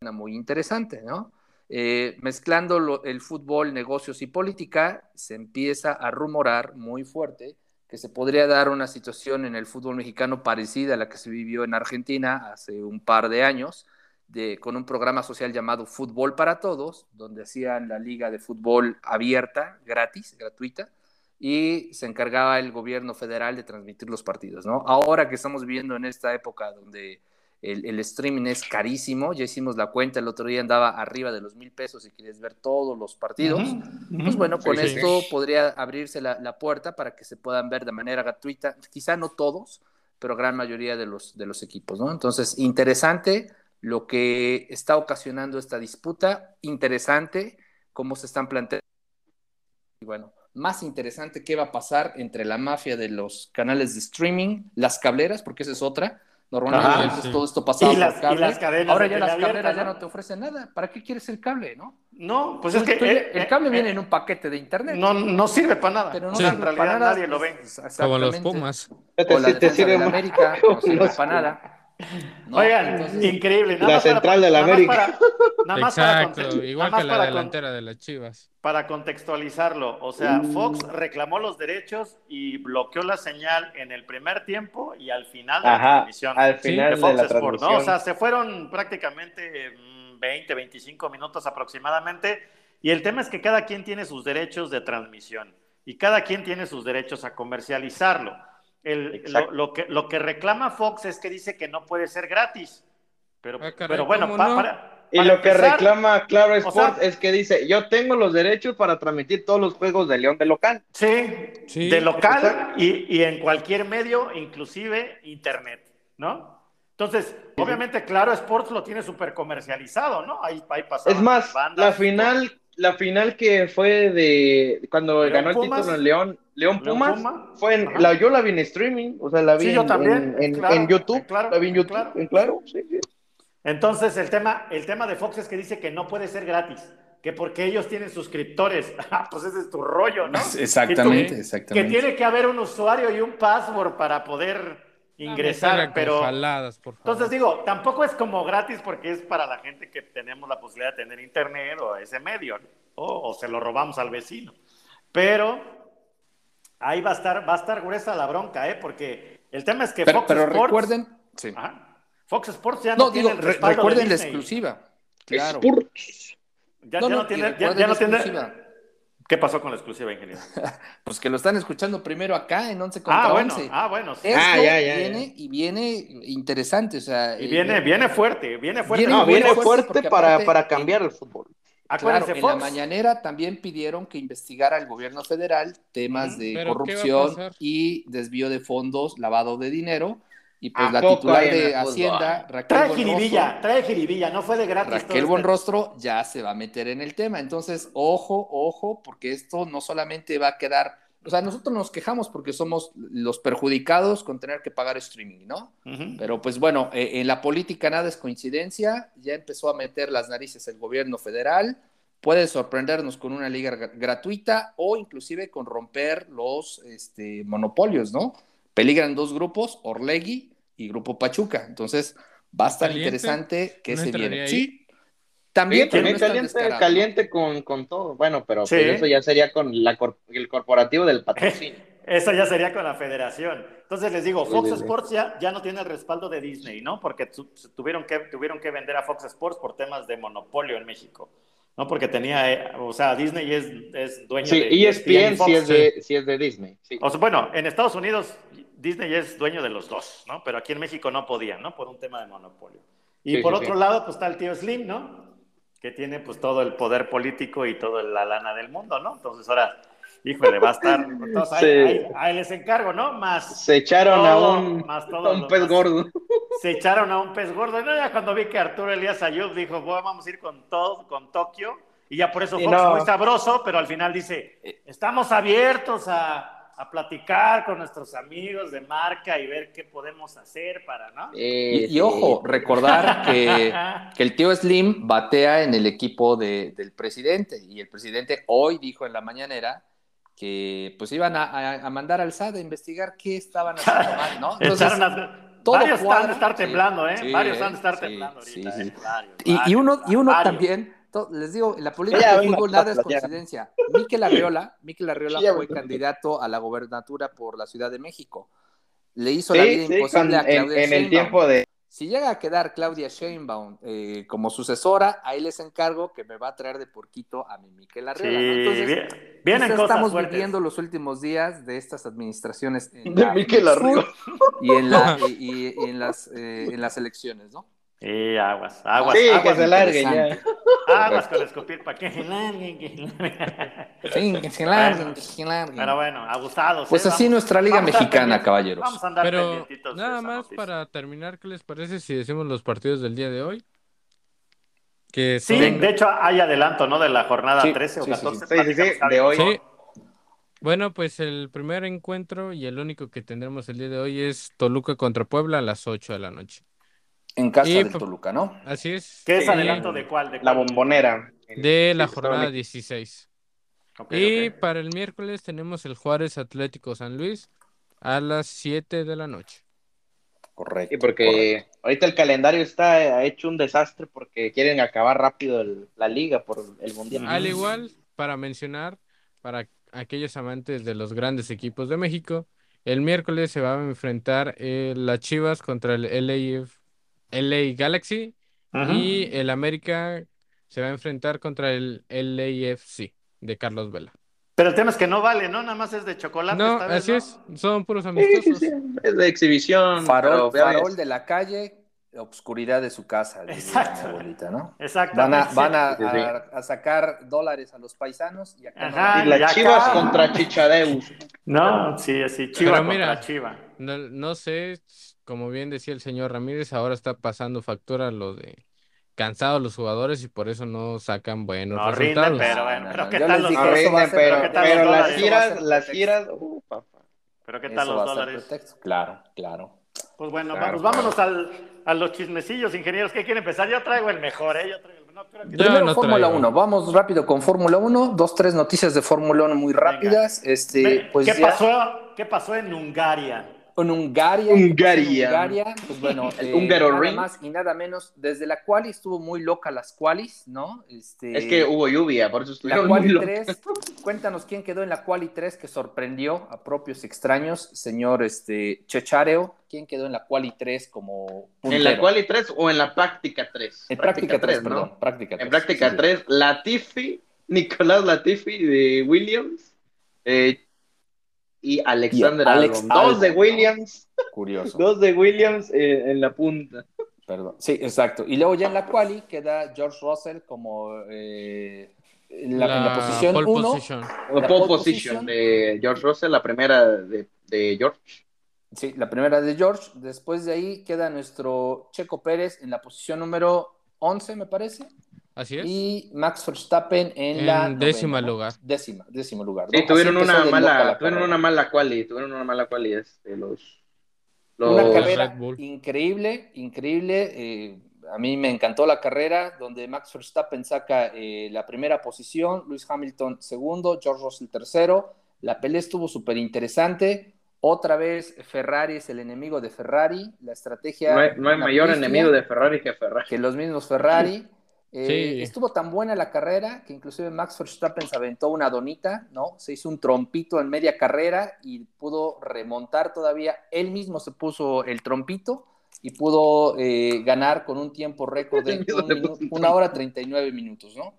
B: es muy interesante, ¿no? Eh, mezclando lo- el fútbol, negocios y política, se empieza a rumorar muy fuerte que se podría dar una situación en el fútbol mexicano parecida a la que se vivió en Argentina hace un par de años, de, con un programa social llamado Fútbol para Todos, donde hacían la liga de fútbol abierta, gratis, gratuita, y se encargaba el gobierno federal de transmitir los partidos, ¿no? Ahora que estamos viviendo en esta época donde el, el streaming es carísimo, ya hicimos la cuenta, el otro día andaba arriba de los mil pesos y querías ver todos los partidos, pues bueno, con
D: Sí, sí.
B: esto podría abrirse la, la puerta para que se puedan ver de manera gratuita, quizá no todos, pero gran mayoría de los, de los equipos, ¿no? Entonces, interesante lo que está ocasionando esta disputa, interesante cómo se están planteando, y bueno, más interesante qué va a pasar entre la mafia de los canales de streaming, las cableras, porque esa es otra, normalmente
A: Ajá,
B: antes
D: sí.
B: todo esto pasaba
A: Y las-
B: por
A: y
B: cable,
A: las cadenas
B: ahora
A: de
B: ya
A: tele
B: las
A: abierta,
B: cableras ya
A: ¿no?
B: no te ofrecen nada, ¿para qué quieres el cable, no?
A: No, pues es
B: Tú-
A: que
B: tú ya-
A: eh,
B: el cable
A: eh,
B: viene en un paquete de internet.
A: no, no sirve para nada.
B: pero no
A: O sea,
D: sirve
A: en
B: para
A: realidad
B: nada,
A: nadie lo ve.
B: pues,
D: Como los
B: exactamente.
D: Pumas.
B: O la
C: Te- te
B: defensa
C: sirve
B: de la
C: más.
B: América, no sirve
C: Los-
B: para nada. ¿no?
A: Oigan,
B: Entonces,
A: increíble. Nada
C: La
A: más para-
C: central de la
A: nada más
C: América.
A: para- nada más para
D: Exacto,
A: conte-
D: igual
A: nada más
D: que la
A: para con-
D: delantera de las Chivas.
A: para contextualizarlo, o sea,
B: Uh.
A: Fox reclamó los derechos y bloqueó la señal en el primer tiempo y al final de la
C: Ajá,
A: transmisión
C: al
D: Sí,
A: de
C: final de
A: Fox
C: la
A: Sports, ¿no?
C: transmisión.
A: O sea, se fueron prácticamente mm, 20, 25 minutos aproximadamente y el tema es que cada quien tiene sus derechos de transmisión y cada quien tiene sus derechos a comercializarlo. El- lo,
C: Exacto.
A: lo que, lo que reclama Fox es que dice que no puede ser gratis, pero,
D: Ah, caray,
A: pero bueno,
D: ¿cómo
A: pa-
D: no?
A: para,
C: Y
A: para
C: lo que
A: empezar-
C: reclama Claro Sport
A: sea-
C: es que dice, yo tengo los derechos para transmitir todos los juegos de León de local.
A: Sí,
D: Sí,
A: de local
C: exacto.
A: y, y en cualquier medio, inclusive internet, ¿no? Entonces, obviamente, claro, Sports lo tiene súper comercializado, ¿no? Ahí, ahí pasaban
C: Es más,
A: bandas,
C: la final, la final que fue de cuando
A: León
C: ganó el
A: Pumas.
C: título en León, León
A: León
C: Pumas,
A: Puma.
C: fue en,
A: Ajá.
C: la, yo la vi en streaming, o sea, la vi
A: Sí,
C: en,
A: yo también,
C: en- en-
A: claro,
C: en YouTube,
A: en Claro,
C: la vi en
A: en
C: YouTube,
A: Claro.
C: en claro, sí, sí.
A: Entonces, el tema, el tema de Fox es que dice que no puede ser gratis, que porque ellos tienen suscriptores. Ah, pues ese es tu rollo, ¿no?
B: Exactamente,
A: Que tú- Que
B: exactamente.
A: tiene que haber un usuario y un password para poder
D: Ah, me
A: ingresar,
D: salgan
A: pero...
D: con jaladas, por favor.
A: Entonces digo, tampoco es como gratis porque es para la gente que tenemos la posibilidad de tener internet o ese medio, ¿no? o, o se lo robamos al vecino. Pero ahí va a estar, va a estar gruesa la bronca, ¿eh? Porque el tema es que
B: pero
A: Fox
B: pero
A: Sports,
B: recuerden, sí.
A: Ajá. Fox Sports ya no,
B: no,
A: tiene
B: digo,
A: el
B: re-
A: respaldo de
B: recuerden la
A: Disney.
B: exclusiva. Claro.
C: Spurs.
A: Ya,
B: No,
A: ya
B: no,
A: no
B: que
A: tiene, ya,
B: recuerden
A: ya
B: la
A: no tiene-
B: exclusiva.
A: ¿Qué pasó con la exclusiva, ingeniero?
B: Pues que lo están escuchando primero acá en 11 contra
A: Ah, bueno,
B: 11.
A: ah, bueno. sí.
B: Esto
C: Ah, ya, ya,
B: viene y viene interesante, o sea,
A: Y
B: eh,
A: viene, viene fuerte, viene fuerte.
B: Viene
C: No,
B: muy
C: viene
B: fuerte
C: fuerte
B: porque
C: para,
B: aparte-
C: para cambiar el fútbol.
B: Claro,
A: Acuérdense,
B: en la
A: Fox.
B: mañanera también pidieron que investigara el gobierno federal temas
A: Ujú.
B: de
D: ¿Pero qué va a
B: corrupción
D: pasar?
B: y desvío de fondos, lavado de dinero. Y pues
C: ¿A
B: la
C: poco
B: titular
C: hay en
B: de
C: el fútbol?
B: Hacienda, Raquel
A: Trae
B: Buenrostro,
A: jiribilla, trae jiribilla, no fue de gratis. todo
B: Raquel
A: este-
B: Buenrostro ya se va a meter en el tema. Entonces, ojo, ojo, porque esto no solamente va a quedar. O sea, nosotros nos quejamos porque somos los perjudicados con tener que pagar streaming, ¿no?
A: Ujú.
B: Pero pues bueno, eh, en la política nada es coincidencia, ya empezó a meter las narices el gobierno federal, puede sorprendernos con una liga gra- gratuita o inclusive con romper los este, monopolios, ¿no? Peligran dos grupos, Orlegui y Grupo Pachuca, entonces va a estar
D: ¿Caliente?
B: interesante que
D: ¿No
B: se
D: entraría
B: viene.
D: ahí?
B: Sí,
C: Sí,
B: también, pero
C: también
B: no es tan
C: caliente,
B: descarado, ¿no?
C: caliente con, con todo. Bueno, pero
A: Sí.
C: pues eso ya sería con la cor- el corporativo del patrocinio.
A: Eso ya sería con la federación. Entonces les digo, Fox Sports ya, ya no tiene el respaldo de Disney, ¿no? Porque tu, tuvieron, que, tuvieron que vender a Fox Sports por temas de monopolio en México. No porque tenía, eh, o sea, Disney es, es dueño
C: sí, E
A: de E
C: ESPN, sí, es de, sí es de Disney. Sí.
A: O sea, bueno, en Estados Unidos Disney es dueño de los dos, ¿no? Pero aquí en México no podían, ¿no? Por un tema de monopolio. Y
C: Sí,
A: por
C: sí,
A: otro
C: sí.
A: lado, pues está el tío Slim, ¿no? Que tiene pues todo el poder político y toda la lana del mundo, ¿no? Entonces ahora, híjole, va a estar, entonces ahí,
C: Sí.
A: ahí- ahí les encargo, ¿no? Más
C: Se echaron
A: Todo,
C: a un,
A: más todo
C: a un
A: Oh. lo-
C: pez
A: más-
C: gordo.
A: se echaron a un pez gordo. No, ya cuando vi que Arturo Elías Ayub dijo, "Bueno, vamos a ir con todo, con Tokio, y ya por eso
C: Sí,
A: Fox
C: no.
A: muy sabroso, pero al final dice,
B: Eh.
A: estamos abiertos a, a platicar con nuestros amigos de marca y ver qué podemos hacer para, ¿no?
B: Y, y
C: Eh,
B: ojo, recordar que, que el tío Slim batea en el equipo de- del presidente y el presidente hoy dijo en la mañanera que pues iban a, a- a mandar al SAD a investigar qué estaban haciendo mal, ¿no? Entonces,
A: Echaron a-
B: todo
A: varios
B: cuadra.
A: han de estar
B: Sí,
A: temblando, ¿eh?
B: sí,
A: varios
B: ¿eh?
A: han de estar
B: Sí,
A: temblando
B: sí,
A: ahorita.
B: sí.
A: ¿eh? Varios,
B: Y, y
A: varios,
B: uno, y uno
A: varios.
B: también, to- les digo, en la política
C: Ya,
B: del
C: venga,
B: fútbol nada es
C: papá, ya.
B: coincidencia. Miquel Arriola, Miquel Arriola
C: Sí, ya,
B: fue
C: güey.
B: candidato a la gobernatura por la Ciudad de México. Le hizo la vida
C: Sí, sí,
B: imposible
C: con-
B: a
C: en,
B: Claudia
C: en el
B: Sheinbaum.
C: tiempo de...
B: Si llega a quedar Claudia Sheinbaum eh, como sucesora, ahí les encargo que me va a traer de porquito a mi Miquel
A: Sí,
B: Arriola. ¿no? Entonces,
A: bien-
B: quizá
A: vienen cosas
B: estamos
A: fuertes.
B: viviendo los últimos días de estas administraciones en
C: De
B: la-
C: Miquel
B: en el sur
C: Arriola.
B: y en, la, y, y- y en, las, eh, en las elecciones, ¿no?
A: Sí, aguas, aguas,
C: sí,
A: aguas,
C: que se largue ya.
B: Interesante.
A: aguas con escupir para que.
B: Sí, que se larguen,
A: Bueno.
B: que se larguen.
A: Pero bueno, abusados.
B: Pues
A: ¿eh?
B: así
A: Vamos-
B: nuestra liga
A: vamos a estar
B: mexicana,
A: pendientes.
B: caballeros.
A: Vamos a andar
D: Pero
A: pendientitos de
D: nada
A: esa
D: más
A: noticia.
D: para terminar, ¿qué les parece si decimos los partidos del día de hoy? Que
A: Sí,
D: son-
A: de hecho hay adelanto, ¿no? De la jornada
B: Sí,
A: 13 o
B: sí, sí,
A: 14.
C: Sí, sí, sí,
A: platicamos, Javi.
C: de hoy.
D: Sí. Bueno, pues el primer encuentro y el único que tendremos el día de hoy es Toluca contra Puebla a las 8 de la noche.
B: En casa
D: Y-
B: del
C: pues,
B: Toluca, ¿no?
D: Así es.
A: ¿Qué es
D: Y
A: adelanto de cuál? ¿De
C: La
A: cuál?
C: bombonera.
D: De la
C: Sí,
D: jornada 16.
A: Ok,
D: Y
A: ok.
D: para el miércoles tenemos el Juárez Atlético San Luis a las 7 de la noche.
B: Correcto.
C: Sí, porque
B: correcto.
C: ahorita el calendario está ha hecho un desastre porque quieren acabar rápido el- la liga por el mundial.
D: Al igual, para mencionar, para aquellos amantes de los grandes equipos de México, el miércoles se va a enfrentar eh, las Chivas contra el LA, LA Galaxy
A: Ujú.
D: y el América se va a enfrentar contra el LAFC de Carlos Vela.
A: Pero el tema es que no vale, ¿no? Nada más es de chocolate.
D: No,
A: esta vez,
D: así
A: ¿no?
D: es, son puros
C: Sí, sí,
D: amistosos.
C: sí, es de exhibición.
B: Farol,
C: pero este ya ves.
B: farol de la calle, la obscuridad de su casa, diría
A: Exacto.
B: mi abuelita, ¿no? Van
A: Exactamente.
B: a, van a,
C: Sí, sí, sí.
B: a- a sacar dólares a los paisanos y Ah, acá
A: Ajá.
B: no.
C: Y las
A: Y acá-
C: chivas contra Chichadeus.
A: No, sí, sí, Chiva
D: Pero mira.
A: contra Chiva.
D: No, no sé, como bien decía el señor Ramírez, ahora está pasando factura lo de cansados los jugadores y por eso no sacan buenos
A: No rinden,
D: resultados.
A: pero bueno.
B: No, no,
A: Pero
B: no,
A: ¿qué
B: yo
A: tal
B: les
A: los
B: dije,
C: No
A: dólares?
B: eso va a
C: rinden,
B: ser-
C: pero,
A: ¿qué tal los
C: pero las
A: dólares?
C: giras,
B: Eso va a
C: las
B: ser
C: giras, uh, papá.
A: ¿Pero qué tal
B: Eso
A: los
B: va a ser
A: dólares?
B: pretexto. Claro, claro.
A: Pues bueno,
B: Claro,
A: vamos, vámonos al, a los chismecillos, ingenieros. ¿Qué quiere empezar? Yo traigo el mejor, ¿eh? Yo traigo el no, creo que-
D: Yo
B: Primero
D: no
B: Fórmula
D: traigo.
B: 1, vamos rápido con Fórmula 1, dos, tres noticias de Fórmula 1 muy rápidas. Este,
A: Ve,
B: pues
A: ¿Qué,
B: ya
A: pasó, ¿Qué pasó en Hungaria?
B: En Hungaria.
C: Hungaria.
B: En Hungaria, pues bueno,
C: El
B: eh,
C: húngaro
B: nada
C: ring.
B: más y nada menos, desde la quali estuvo muy loca las qualis, ¿no? Este,
C: Es que hubo lluvia, por eso
B: la
C: estuvieron muy
B: quali
C: locos.
B: 3, cuéntanos quién quedó en la quali 3 que sorprendió a propios extraños, señor este Chechareo, quién quedó en la quali 3 como puntero?
C: ¿En la quali 3 o en la práctica 3?
B: En práctica 3,
C: ¿no?
B: perdón, práctica 3.
C: En práctica
B: sí.
C: 3, Latifi, Nicolás Latifi de Williams eh, y Alexander
B: Y Alex
C: Albon. Dos
B: Albon,
C: de
B: ¿no?
C: Williams,
B: Curioso.
C: dos de Williams eh, en la punta.
B: Perdón. Sí, exacto. Y luego ya en la quali queda George Russell como eh, en, la, en la posición
D: pole
B: 1.
D: position.
B: La
C: La
B: pole
C: pole
B: position.
C: position de George Russell, la primera de, de George.
B: Sí, la primera de George. Después de ahí queda nuestro Checo Pérez en la posición número 11, me parece.
D: Así es.
B: Y Max Verstappen en,
D: En
B: la.
D: décima
B: ¿no?
D: lugar.
B: Décima, décimo lugar.
C: Sí,
B: ¿no?
C: tuvieron
B: Así empezó
C: una,
B: de loca
C: mala,
B: la
C: tuvieron
B: carrera.
C: una mala quali, tuvieron una mala quali este, los, los...
B: Una
D: Los
B: carrera
D: Red Bull.
B: increíble, increíble. eh, a mí me encantó la carrera donde Max Verstappen saca eh, la primera posición, Lewis Hamilton segundo, George Russell tercero. La pelea estuvo súper interesante. Otra vez Ferrari es el enemigo de Ferrari. La estrategia...
C: No hay, no hay
B: en la
C: mayor
B: pista,
C: enemigo de Ferrari que Ferrari.
B: Que los mismos Ferrari. Eh, sí. Estuvo tan buena la carrera que inclusive Max Verstappen se aventó una donita, ¿no? Se hizo un trompito en media carrera y pudo remontar todavía. Él mismo se puso el trompito y pudo eh, ganar con un tiempo récord de un minuto, una hora 39 minutos, ¿no?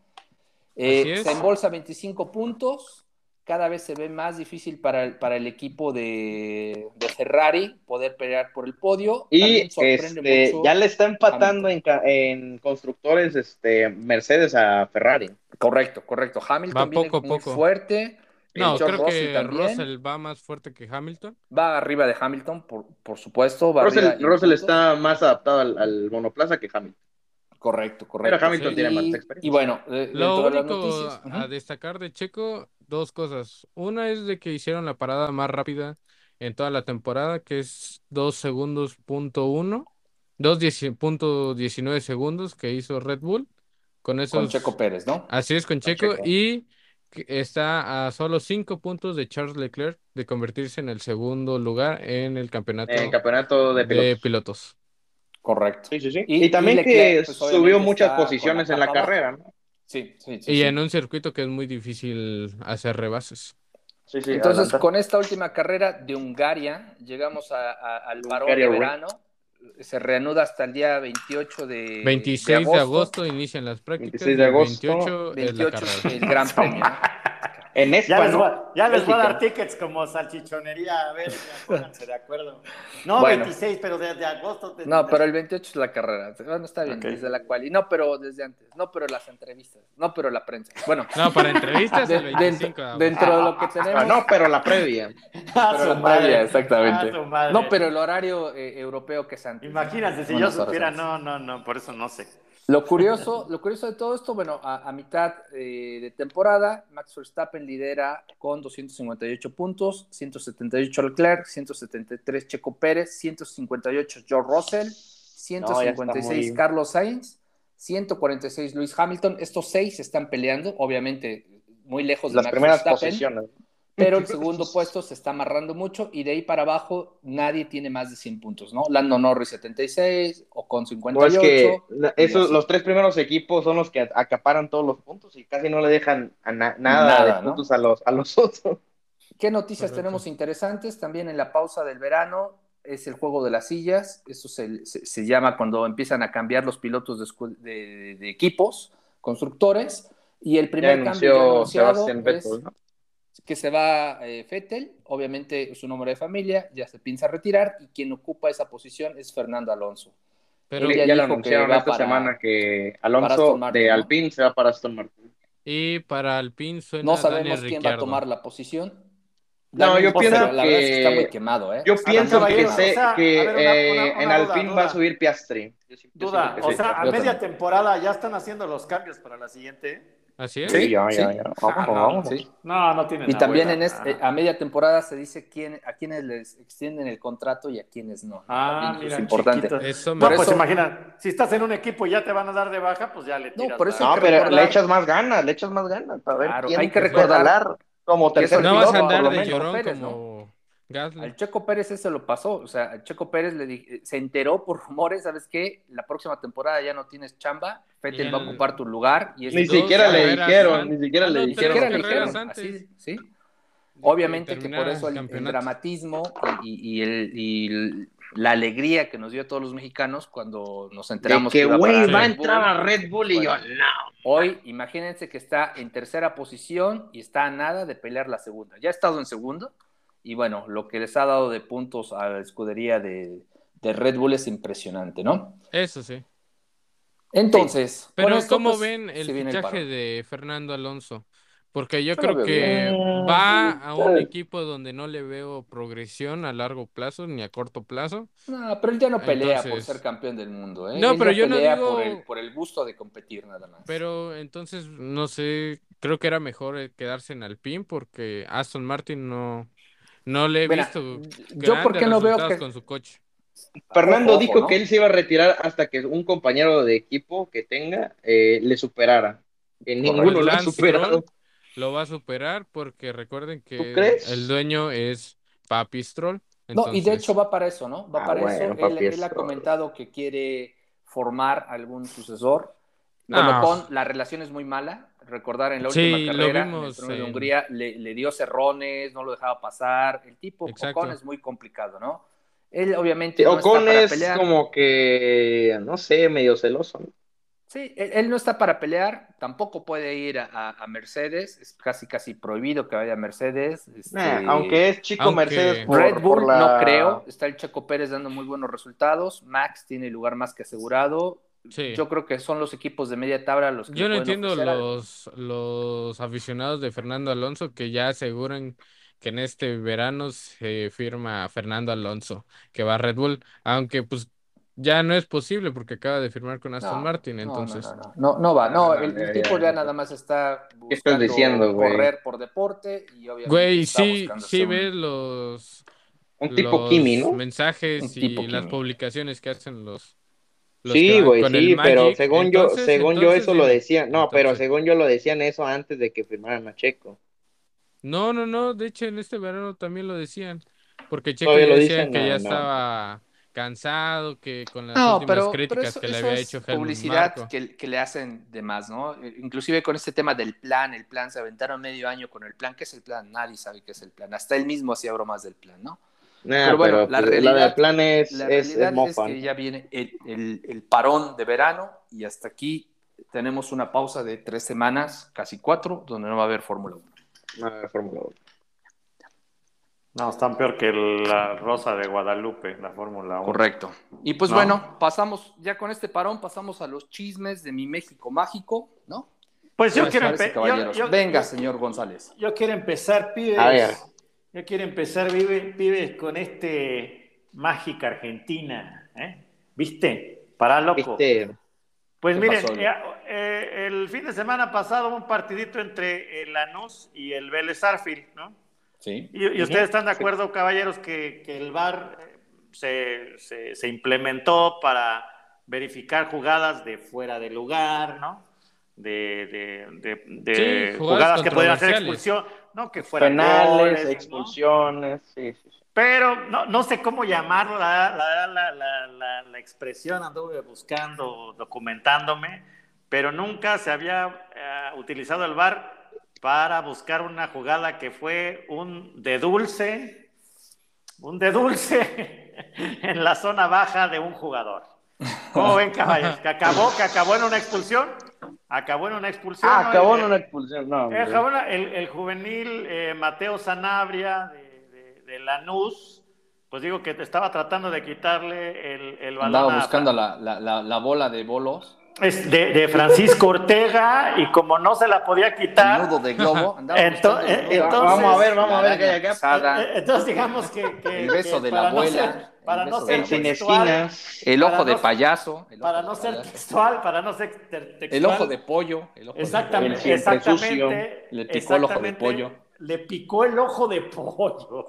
B: Eh, se embolsa 25 puntos, cada vez se ve más difícil para el, para el equipo de, de Ferrari poder pelear por el podio.
C: Y este, ya le está empatando en, en, constructores este, Mercedes a Ferrari.
B: Correcto, correcto. Hamilton
D: va viene poco,
B: muy
D: poco.
B: fuerte.
D: No, creo Rossi que también. Russell va más fuerte que Hamilton.
B: Va arriba de Hamilton, por, por supuesto. Va
C: Russell, Russell está más adaptado al, al monoplaza que Hamilton.
B: Correcto, correcto.
C: Pero Hamilton sí. tiene más experiencia.
B: Y bueno, eh,
D: lo único de a destacar de Checo, dos cosas. Una es de que hicieron la parada más rápida en toda la temporada, que es 2 segundos punto uno, dos punto 19 segundos que hizo Red Bull. Con, esos... Ah.
B: con Checo Pérez, ¿no?
D: Así es, con, con Checo, Checo. Y está a solo cinco puntos de Charles Leclerc de convertirse en el segundo lugar en el campeonato,
C: el campeonato de pilotos.
D: De pilotos.
B: Correcto.
C: Sí, sí, sí. Y, y, también y Leclerc, que pues, subió muchas posiciones la en la abajo. carrera, ¿no?
B: Sí, sí,
D: sí. Y en un circuito que es muy difícil hacer rebases.
B: Entonces, adelante. con esta última carrera de Hungaria, llegamos a, a, al varón de verano. Se reanuda hasta el día 28 de
D: 26 de agosto, de agosto inician las prácticas. 26 de agosto. 28, 28 es la
B: el Gran Premio.
C: en Espa,
A: ya les, voy, ya les voy a dar tickets como salchichonería, a ver, pónganse de acuerdo. No, bueno, 26, pero desde agosto. Desde,
B: no, pero el 28 es la carrera. Bueno, está bien, okay. desde la cual. Y no, pero desde antes. No, pero las entrevistas. No, pero la prensa. Bueno.
D: No, para entrevistas de, el 25
B: dentro, dentro, de lo que tenemos.
C: ah, No, pero la previa.
B: Ah, pero la madre, previa, exactamente. Ah, no, pero el horario eh, europeo que es antes.
A: pues, Imagínate, si yo supiera, no, no, no, por eso no sé.
B: Lo curioso, lo curioso de todo esto, bueno, a, a mitad eh, de temporada, Max Verstappen lidera con 258 puntos, 178 Leclerc, 173 Checo Pérez, 158 George Russell, 156 no, Carlos Sainz, 146 Luis Hamilton. Estos seis están peleando, obviamente muy lejos de
C: las
B: Max
C: primeras
B: Verstappen,
C: posiciones.
B: Pero el segundo puesto se está amarrando mucho y de ahí para abajo nadie tiene más de 100 puntos, ¿no? Lando Norris 76 o
C: Pues
B: con 58.
C: No, es que esos, los tres primeros equipos son los que acaparan todos los puntos y casi no le dejan a na nada, nada, de puntos ¿no? a, los, a los otros.
B: ¿Qué noticias Perfecto. tenemos interesantes? También en la pausa del verano es el juego de las sillas, eso se, se, se llama cuando empiezan a cambiar los pilotos de, de, de equipos, constructores, y el primer
C: ya
B: cambio ya anunciado
C: Vettel, es... ¿no?
B: que se va eh, Fettel, obviamente su nombre de familia, ya se piensa retirar y quien ocupa esa posición es Fernando Alonso.
C: Pero ya, ya lo anunciaron esta para, semana que Alonso Martin, de Alpine ¿no? se va para Aston Martin.
D: Y para Alpine suena
B: No sabemos
D: Daniel
B: quién
D: Ricciardo.
B: va a tomar la posición.
C: No, yo pienso
B: pero, la
C: que...
B: Es que... está muy quemado, ¿eh?
C: Yo pienso que, se, o sea, que ver, una, una, una en Alpine duda, va duda. a subir Piastri.
A: Yo, yo duda, o sea, a media temporada ya están haciendo los cambios para la siguiente.
D: Así es.
C: Sí, ya, ya, ya. Vamos, ah, vamos,
A: no, sí. no, no tiene
B: Y también buena. en este,
A: Ah.
B: a media temporada se dice quién, a quienes les extienden el contrato y a quienes no.
A: Ah, mira,
B: es importante.
A: Eso me... No, por pues eso... imagina, si estás en un equipo y ya te van a dar de baja, pues ya le tiras.
B: No, por eso
C: no pero recordar... le echas más ganas, le echas más ganas. Para ver
B: claro,
C: quién
B: hay que recordar
C: como tercer
D: No vas a andar de llorón Pérez, como... Gasly.
B: Al Checo Pérez se lo pasó, o sea, al Checo Pérez le di... se enteró por rumores, ¿sabes qué? La próxima temporada ya no tienes chamba, Fettel el... va a ocupar tu lugar. Y
C: es... ni, siquiera dijeron, van... ni,
D: Ah,
C: siquiera le dijeron,
B: ni siquiera le dijeron, Así, ¿sí? Obviamente que por eso el, el, el dramatismo y, y, y, la alegría que nos dio a todos los mexicanos cuando nos enteramos
C: de que, güey, va a entrar a Red Bull y bueno, yo, no.
B: Hoy, imagínense que está en tercera posición y está a nada de pelear la segunda. Ya ha estado en segundo, y bueno, lo que les ha dado de puntos a la escudería de, de Red Bull es impresionante, ¿no?
D: Eso sí.
B: Entonces,
D: pero bueno, ¿cómo pues, ven el fichaje el de Fernando Alonso? Porque yo, yo creo que bien. va a un equipo donde no le veo progresión a largo plazo ni a corto plazo.
B: No, pero él ya no pelea entonces... por ser campeón del mundo. ¿eh?
D: No,
B: él
D: pero
B: no
D: yo no
B: pelea
D: digo...
B: por, el, por el gusto de competir nada más.
D: Pero entonces, no sé, creo que era mejor eh, quedarse en Alpine porque Aston Martin no, no le he Mira, visto.
B: Yo porque no veo que
D: con su coche.
C: Fernando ojo, dijo ojo, ¿no? que él se iba a retirar hasta que un compañero de equipo que tenga eh, le superara. En ninguno lo ha superado.
D: Lo va a superar porque recuerden que el dueño es Papi Stroll.
B: Entonces... No, y de hecho va para eso, ¿no? Va ah, para bueno, eso. Él, él ha comentado que quiere formar algún sucesor. Bueno, con la relación es muy mala. Recordar en la última
D: Sí, lo
B: carrera en el
D: vimos,
B: Premio de
D: eh.
B: Hungría le, le dio cerrones, no lo dejaba pasar. El tipo
D: Exacto.
B: Ocon es muy complicado, ¿no? Él obviamente
C: Sí,
B: no
C: Ocon
B: está para
C: es
B: pelear.
C: como que, no sé, medio celoso. ¿no?
B: Sí, él, él no está para pelear, tampoco puede ir a, a- a Mercedes, es casi casi prohibido que vaya a Mercedes. este,
C: Nah, Aunque es chico
D: Aunque-
C: Mercedes por,
B: Red
C: por
B: Bull
C: la...
B: no creo, está el Checo Pérez dando muy buenos resultados, Max tiene el lugar más que asegurado.
D: Sí.
B: Yo creo que son los equipos de media tabla los que
D: Yo no
B: pueden
D: entiendo
B: ofrecer algo.
D: los, los aficionados de Fernando Alonso que ya aseguran que en este verano se firma a Fernando Alonso, que va a Red Bull, aunque pues ya no es posible porque acaba de firmar con Aston
B: No,
D: Martin,
B: no,
D: entonces.
B: No, no, no, no, no va. No,
C: No,
B: el, el
C: Ah, ya,
B: tipo
C: ya,
B: ya
C: ya.
B: nada más está buscando
C: ¿Qué estás diciendo, güey?
B: correr por deporte y obviamente
D: Güey,
B: está
D: sí,
B: buscando
D: sí
B: un-
D: ves los,
C: Un tipo
D: los
C: Kimi, ¿no?
D: mensajes
B: Un
D: y
B: tipo
D: las
B: Kimi.
D: publicaciones que hacen los, los que
C: Sí,
D: van
C: güey,
D: con el
C: sí, pero
D: Magic.
C: según yo,
D: Entonces-
C: según yo
D: entonces
C: eso lo
D: dime,
C: decían, no, pero
D: entonces-
C: según yo lo decían eso antes de que firmaran a Checo.
D: No, no, no, de hecho en este verano también lo decían, porque Checo
C: Todavía
D: ya
C: lo
D: decían
C: dicen,
D: que
C: no,
D: ya
C: no.
D: estaba cansado, que con las
B: No,
D: últimas
B: pero, pero
D: críticas
B: eso,
D: que le
B: eso
D: había
B: es
D: hecho Helmut
B: publicidad
D: Marko.
B: que, que le hacen de más, ¿no? Eh, Inclusive con este tema del plan, el plan, se aventaron medio año con el plan. ¿Qué es el plan? Nadie sabe qué es el plan. Hasta él mismo hacía bromas del plan, ¿no?
C: Nah,
B: Pero
C: pero pues,
B: bueno, la
C: la,
B: realidad-
C: del plan es,
B: La
C: es, es
B: realidad es,
C: mofa.
B: que
C: ¿no?
B: ya viene el, el- el parón de verano y hasta aquí tenemos una pausa de tres semanas, casi cuatro, donde no va a haber Fórmula 1.
C: No, de Fórmula Uno.
A: No, están peor que la Rosa de Guadalupe, la Fórmula 1.
B: Correcto. Y pues
A: No.
B: bueno, pasamos, ya con este parón, pasamos a los chismes de mi México mágico, ¿no?
A: Pues yo
B: Señores,
A: quiero,
B: señores y
A: empe- yo,
B: caballeros.
A: yo-
B: Venga, señor González.
A: yo quiero empezar, pibes.
C: A ver.
A: Yo quiero empezar, vive- pibes, con este Mágica Argentina. ¿eh? ¿Viste? Para loco.
C: ¿Viste?
A: Pues
B: ¿Qué
A: miren,
B: pasó, Leo?
A: eh, eh, el fin de semana pasado hubo un partidito entre el Lanús y el Vélez Arfield, ¿no?
B: Sí.
A: Y, y ustedes están de acuerdo, caballeros, que, que el VAR eh, se, se- se implementó para verificar jugadas de fuera de lugar, ¿no? De, de- de- de
D: Sí, jugadas
A: jugadas que podrían ser
D: controversiales.
A: expulsión, no que fueran
C: Penales,
A: goles, ¿no?
C: expulsiones, sí, sí, sí.
A: Pero no, no sé cómo llamarlo, la, la, la, la, la- la expresión anduve buscando, documentándome, pero nunca se había eh, utilizado el VAR para buscar una jugada que fue un de dulce, un de dulce en la zona baja de un jugador. ¿Cómo ven, caballos? Que acabó, que acabó en una expulsión. Acabó en una expulsión.
C: Ah,
A: ¿no?
C: acabó en
A: Eh,
C: una expulsión, no.
A: eh,
C: hombre.
A: Jaona, el, el juvenil eh, Mateo Sanabria de, de- de Lanús, pues digo que te estaba tratando de quitarle el, el balón.
B: Andaba
A: a-
B: buscando la, la- la- la bola de bolos,
A: Es de, de Francisco Ortega y como no se la podía
B: el
A: quitar,
B: nudo de globo. andaba
A: Ento-
B: buscando el nudo de
A: entonces-
B: globo.
A: Vamos a ver,
C: vamos a ver qué hay
B: La
C: acá.
B: araña pisada,
A: eh, entonces digamos que... que-
B: El beso
A: que
B: de la
A: para no
B: abuela,
A: ser-
B: el
A: para no
B: beso de
A: ser
C: El
B: la abuela.
C: sin
A: textual,
C: esquinas.
B: el
A: eh, para
B: ojo de
A: no-
B: payaso. el ojo
A: para
B: de
A: no ser
B: payaso,
A: textual, para no ser ter- textual.
B: El ojo de pollo. el ojo de
A: Exactamente,
C: El
B: pollo.
C: siempre sucio,
A: exactamente.
B: le picó el ojo de
A: exactamente,
B: pollo.
A: Le picó el ojo de pollo.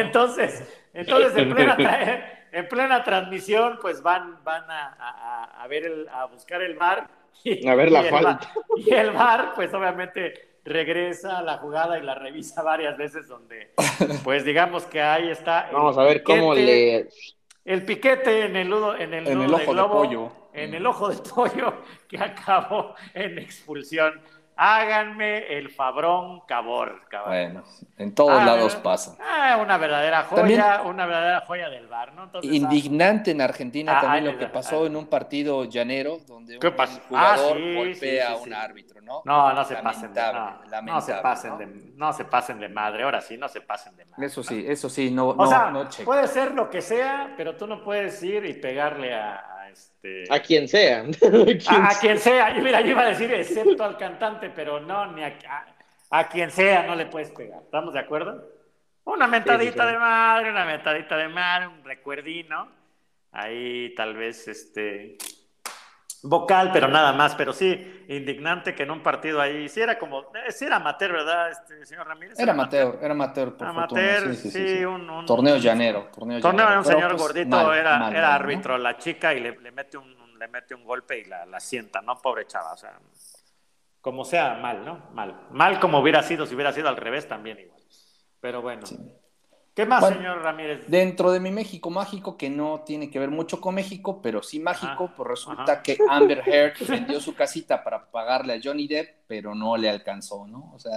A: Entonces, entonces en, plena tra- en plena transmisión, pues van, van a, a- a ver el, a buscar el bar.
C: A ver la falta.
A: Y el bar, pues obviamente regresa a la jugada y la revisa varias veces donde, pues digamos que ahí está. el
C: Vamos a ver cómo
A: piquete-
C: le...
A: el piquete en el nudo, en el,
B: En
A: nudo
B: el ojo de
A: globo,
B: pollo. Mm.
A: En el ojo de pollo que acabó en expulsión. Háganme el fabrón cabor, cabrón.
B: Bueno, en todos
A: Ah,
B: lados
A: ¿verdad?
B: pasa.
A: Ah, una verdadera joya,
B: También-
A: una verdadera joya del bar, ¿no? Entonces, ah,
B: Indignante en Argentina
A: Ah,
B: también
A: ah,
B: lo que
A: ah,
B: pasó
A: ah.
B: en un partido llanero donde
A: ¿Qué
B: un
A: pasó?
B: jugador
A: Ah, sí,
B: golpea
A: sí,
B: a
A: sí,
B: un
A: sí.
B: árbitro, ¿no?
A: no, no se pasen de no,
B: Lamentable,
A: no se
B: lamentable,
A: pasen
B: ¿no?
A: de no se pasen de madre, ahora sí no se pasen de madre.
B: Eso sí, eso sí, no,
A: O
B: no,
A: sea,
B: no checa.
A: puede ser lo que sea, pero tú no puedes ir y pegarle a, a este
C: A quien sea. A quien
A: Ah, A, a quien sea, yo, mira, yo iba a decir excepto al cantante, pero no, ni a, a- a quien sea no le puedes pegar. ¿Estamos de acuerdo? Una mentadita
C: sí.
A: de madre, una mentadita de madre, un recuerdino. Ahí tal vez este vocal, pero nada más. Pero sí, indignante que en un partido ahí, si era como, eh, sí era amateur, ¿verdad, este, señor Ramírez?
B: Era Mateo, era Mateo por
A: Amateur,
B: fortuna,
A: sí,
B: sí, sí, sí, sí.
A: un, un-
B: Torneo llanero, torneo,
A: Torneo de
B: llanero.
A: un
B: Pero,
A: señor
B: pues,
A: gordito
B: mal,
A: era,
B: mal,
A: era
B: mal, ¿no?
A: árbitro a la chica y le, le mete un, un- le mete un golpe y la, la sienta, ¿no? Pobre chava, o sea, como sea, mal, ¿no? Mal. Mal como hubiera sido, si hubiera sido al revés también igual. Pero bueno.
B: Sí.
A: ¿Qué más, bueno, señor Ramírez?
B: Dentro de mi México mágico, que no tiene que ver mucho con México, pero sí
A: Ah,
B: mágico, ajá, pues resulta ajá. que Amber Heard vendió su casita para pagarle a Johnny Depp, pero no le alcanzó, ¿no? O sea,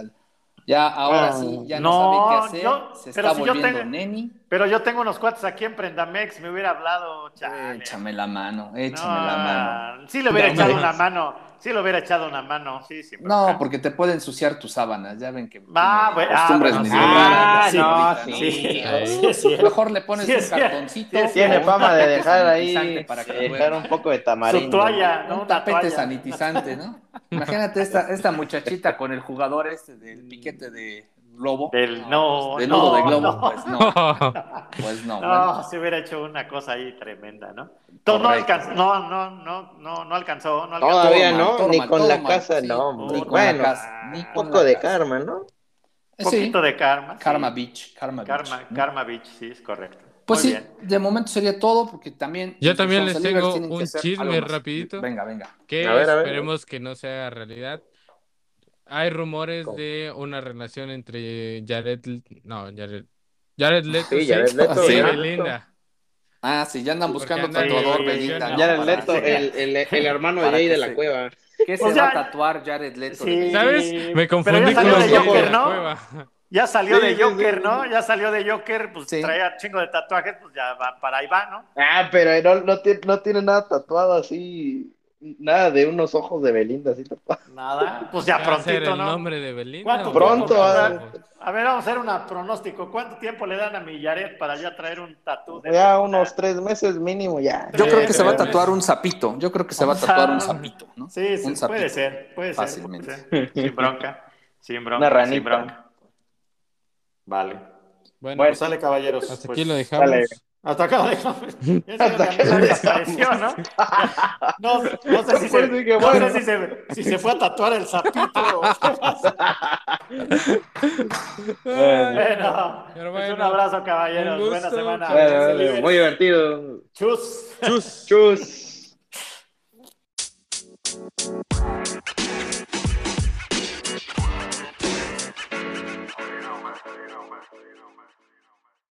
B: ya ahora oh, sí, ya no, no sabe qué hacer, yo, se está si volviendo tengo, neni.
A: Pero yo tengo unos cuates aquí en Prendamex, me hubiera hablado, chale.
B: Échame la mano, échame no, la mano.
A: Sí le hubiera no, echado una mano sí lo hubiera echado una mano. Sí, sí,
B: no, acá. porque te puede ensuciar tus sábanas, ya ven que
A: ah, bueno,
B: costumbres ah,
A: bueno,
B: pues, sí,
A: ah, no, sí,
B: ¿no? sí, Mejor le pones un cartoncito.
C: tiene fama de dejar ahí para que dejar un poco de tamarindo.
A: Su toalla,
B: ¿no? Un tapete toalla. sanitizante, ¿no? Imagínate esta, esta muchachita con el jugador este del piquete de globo.
A: Del no,
B: del nudo de globo, pues
D: Oh,
B: no. Pues no.
A: No, se hubiera hecho una cosa ahí tremenda, ¿no? Entonces no alcanzó, no, no, no, no, no alcanzó, no alcanzó.
C: Todavía no, Torma, ni con Torma, la casa, sí. no, oh, ni con bueno, la casa, ni con poco la de casa. karma, ¿no?
A: Un poquito sí. de karma. Sí.
B: Eh, Karma Beach, Karma,
A: karma Beach. Karma Beach, sí, es correcto.
B: Pues Muy sí, bien. de momento sería todo, porque también.
D: Yo también les tengo un chisme rapidito.
B: Venga, venga.
D: Que a ver, a ver, esperemos que no sea realidad. Hay rumores ¿Cómo? de una relación entre Jared. No, Jared. Jared Leto.
C: Sí, Jared Leto. Sí,
D: Jared Belinda.
B: Ah, sí, ya andan buscando anda tatuador, Belinda.
C: No, Jared Leto, el, el, el hermano de Jay de la
B: se...
C: cueva.
B: ¿Qué se o sea, va a tatuar Jared Leto?
D: Sí, ¿Sabes? Me confundí con los
A: Joker, de la ¿no? Cueva. Ya salió sí, de Joker, sí, ¿no? Ya salió de Joker, pues traía chingo de tatuajes, pues ya va, para ahí va, ¿no?
C: Ah, pero no, no, tiene, no tiene nada tatuado así nada de unos ojos de Belinda así
A: Nada, pues ya prontito,
D: el
A: ¿no?
D: nombre de Belinda.
C: Pronto. ah. A...
A: a ver, vamos a hacer un pronóstico. ¿Cuánto tiempo le dan a mi Yaret para ya traer un tatu?
C: De ya Belinda? unos tres meses mínimo ya.
B: Yo creo que se va a tatuar un sapito. Yo creo que se va a tatuar un sapito, ¿no?
A: Sí, sí,
B: un
A: puede ser, puede ser.
B: Fácilmente.
A: Puede ser. Sin bronca, sin bronca, Una ranita. sin bronca. Vale.
D: Bueno, bueno,
A: sale caballeros.
D: Hasta pues, aquí lo dejamos. Dale.
A: Hasta acá lo dejamos. Hasta que desapareció, ¿no? ¿no? No, sé, si se, no sé si, se, si se fue a tatuar el sapito o qué pasa. Bueno, Pero bueno, un abrazo, caballeros. Un Buena semana.
C: Bueno, muy divertido.
A: Chus.
D: Chus.
C: Chus.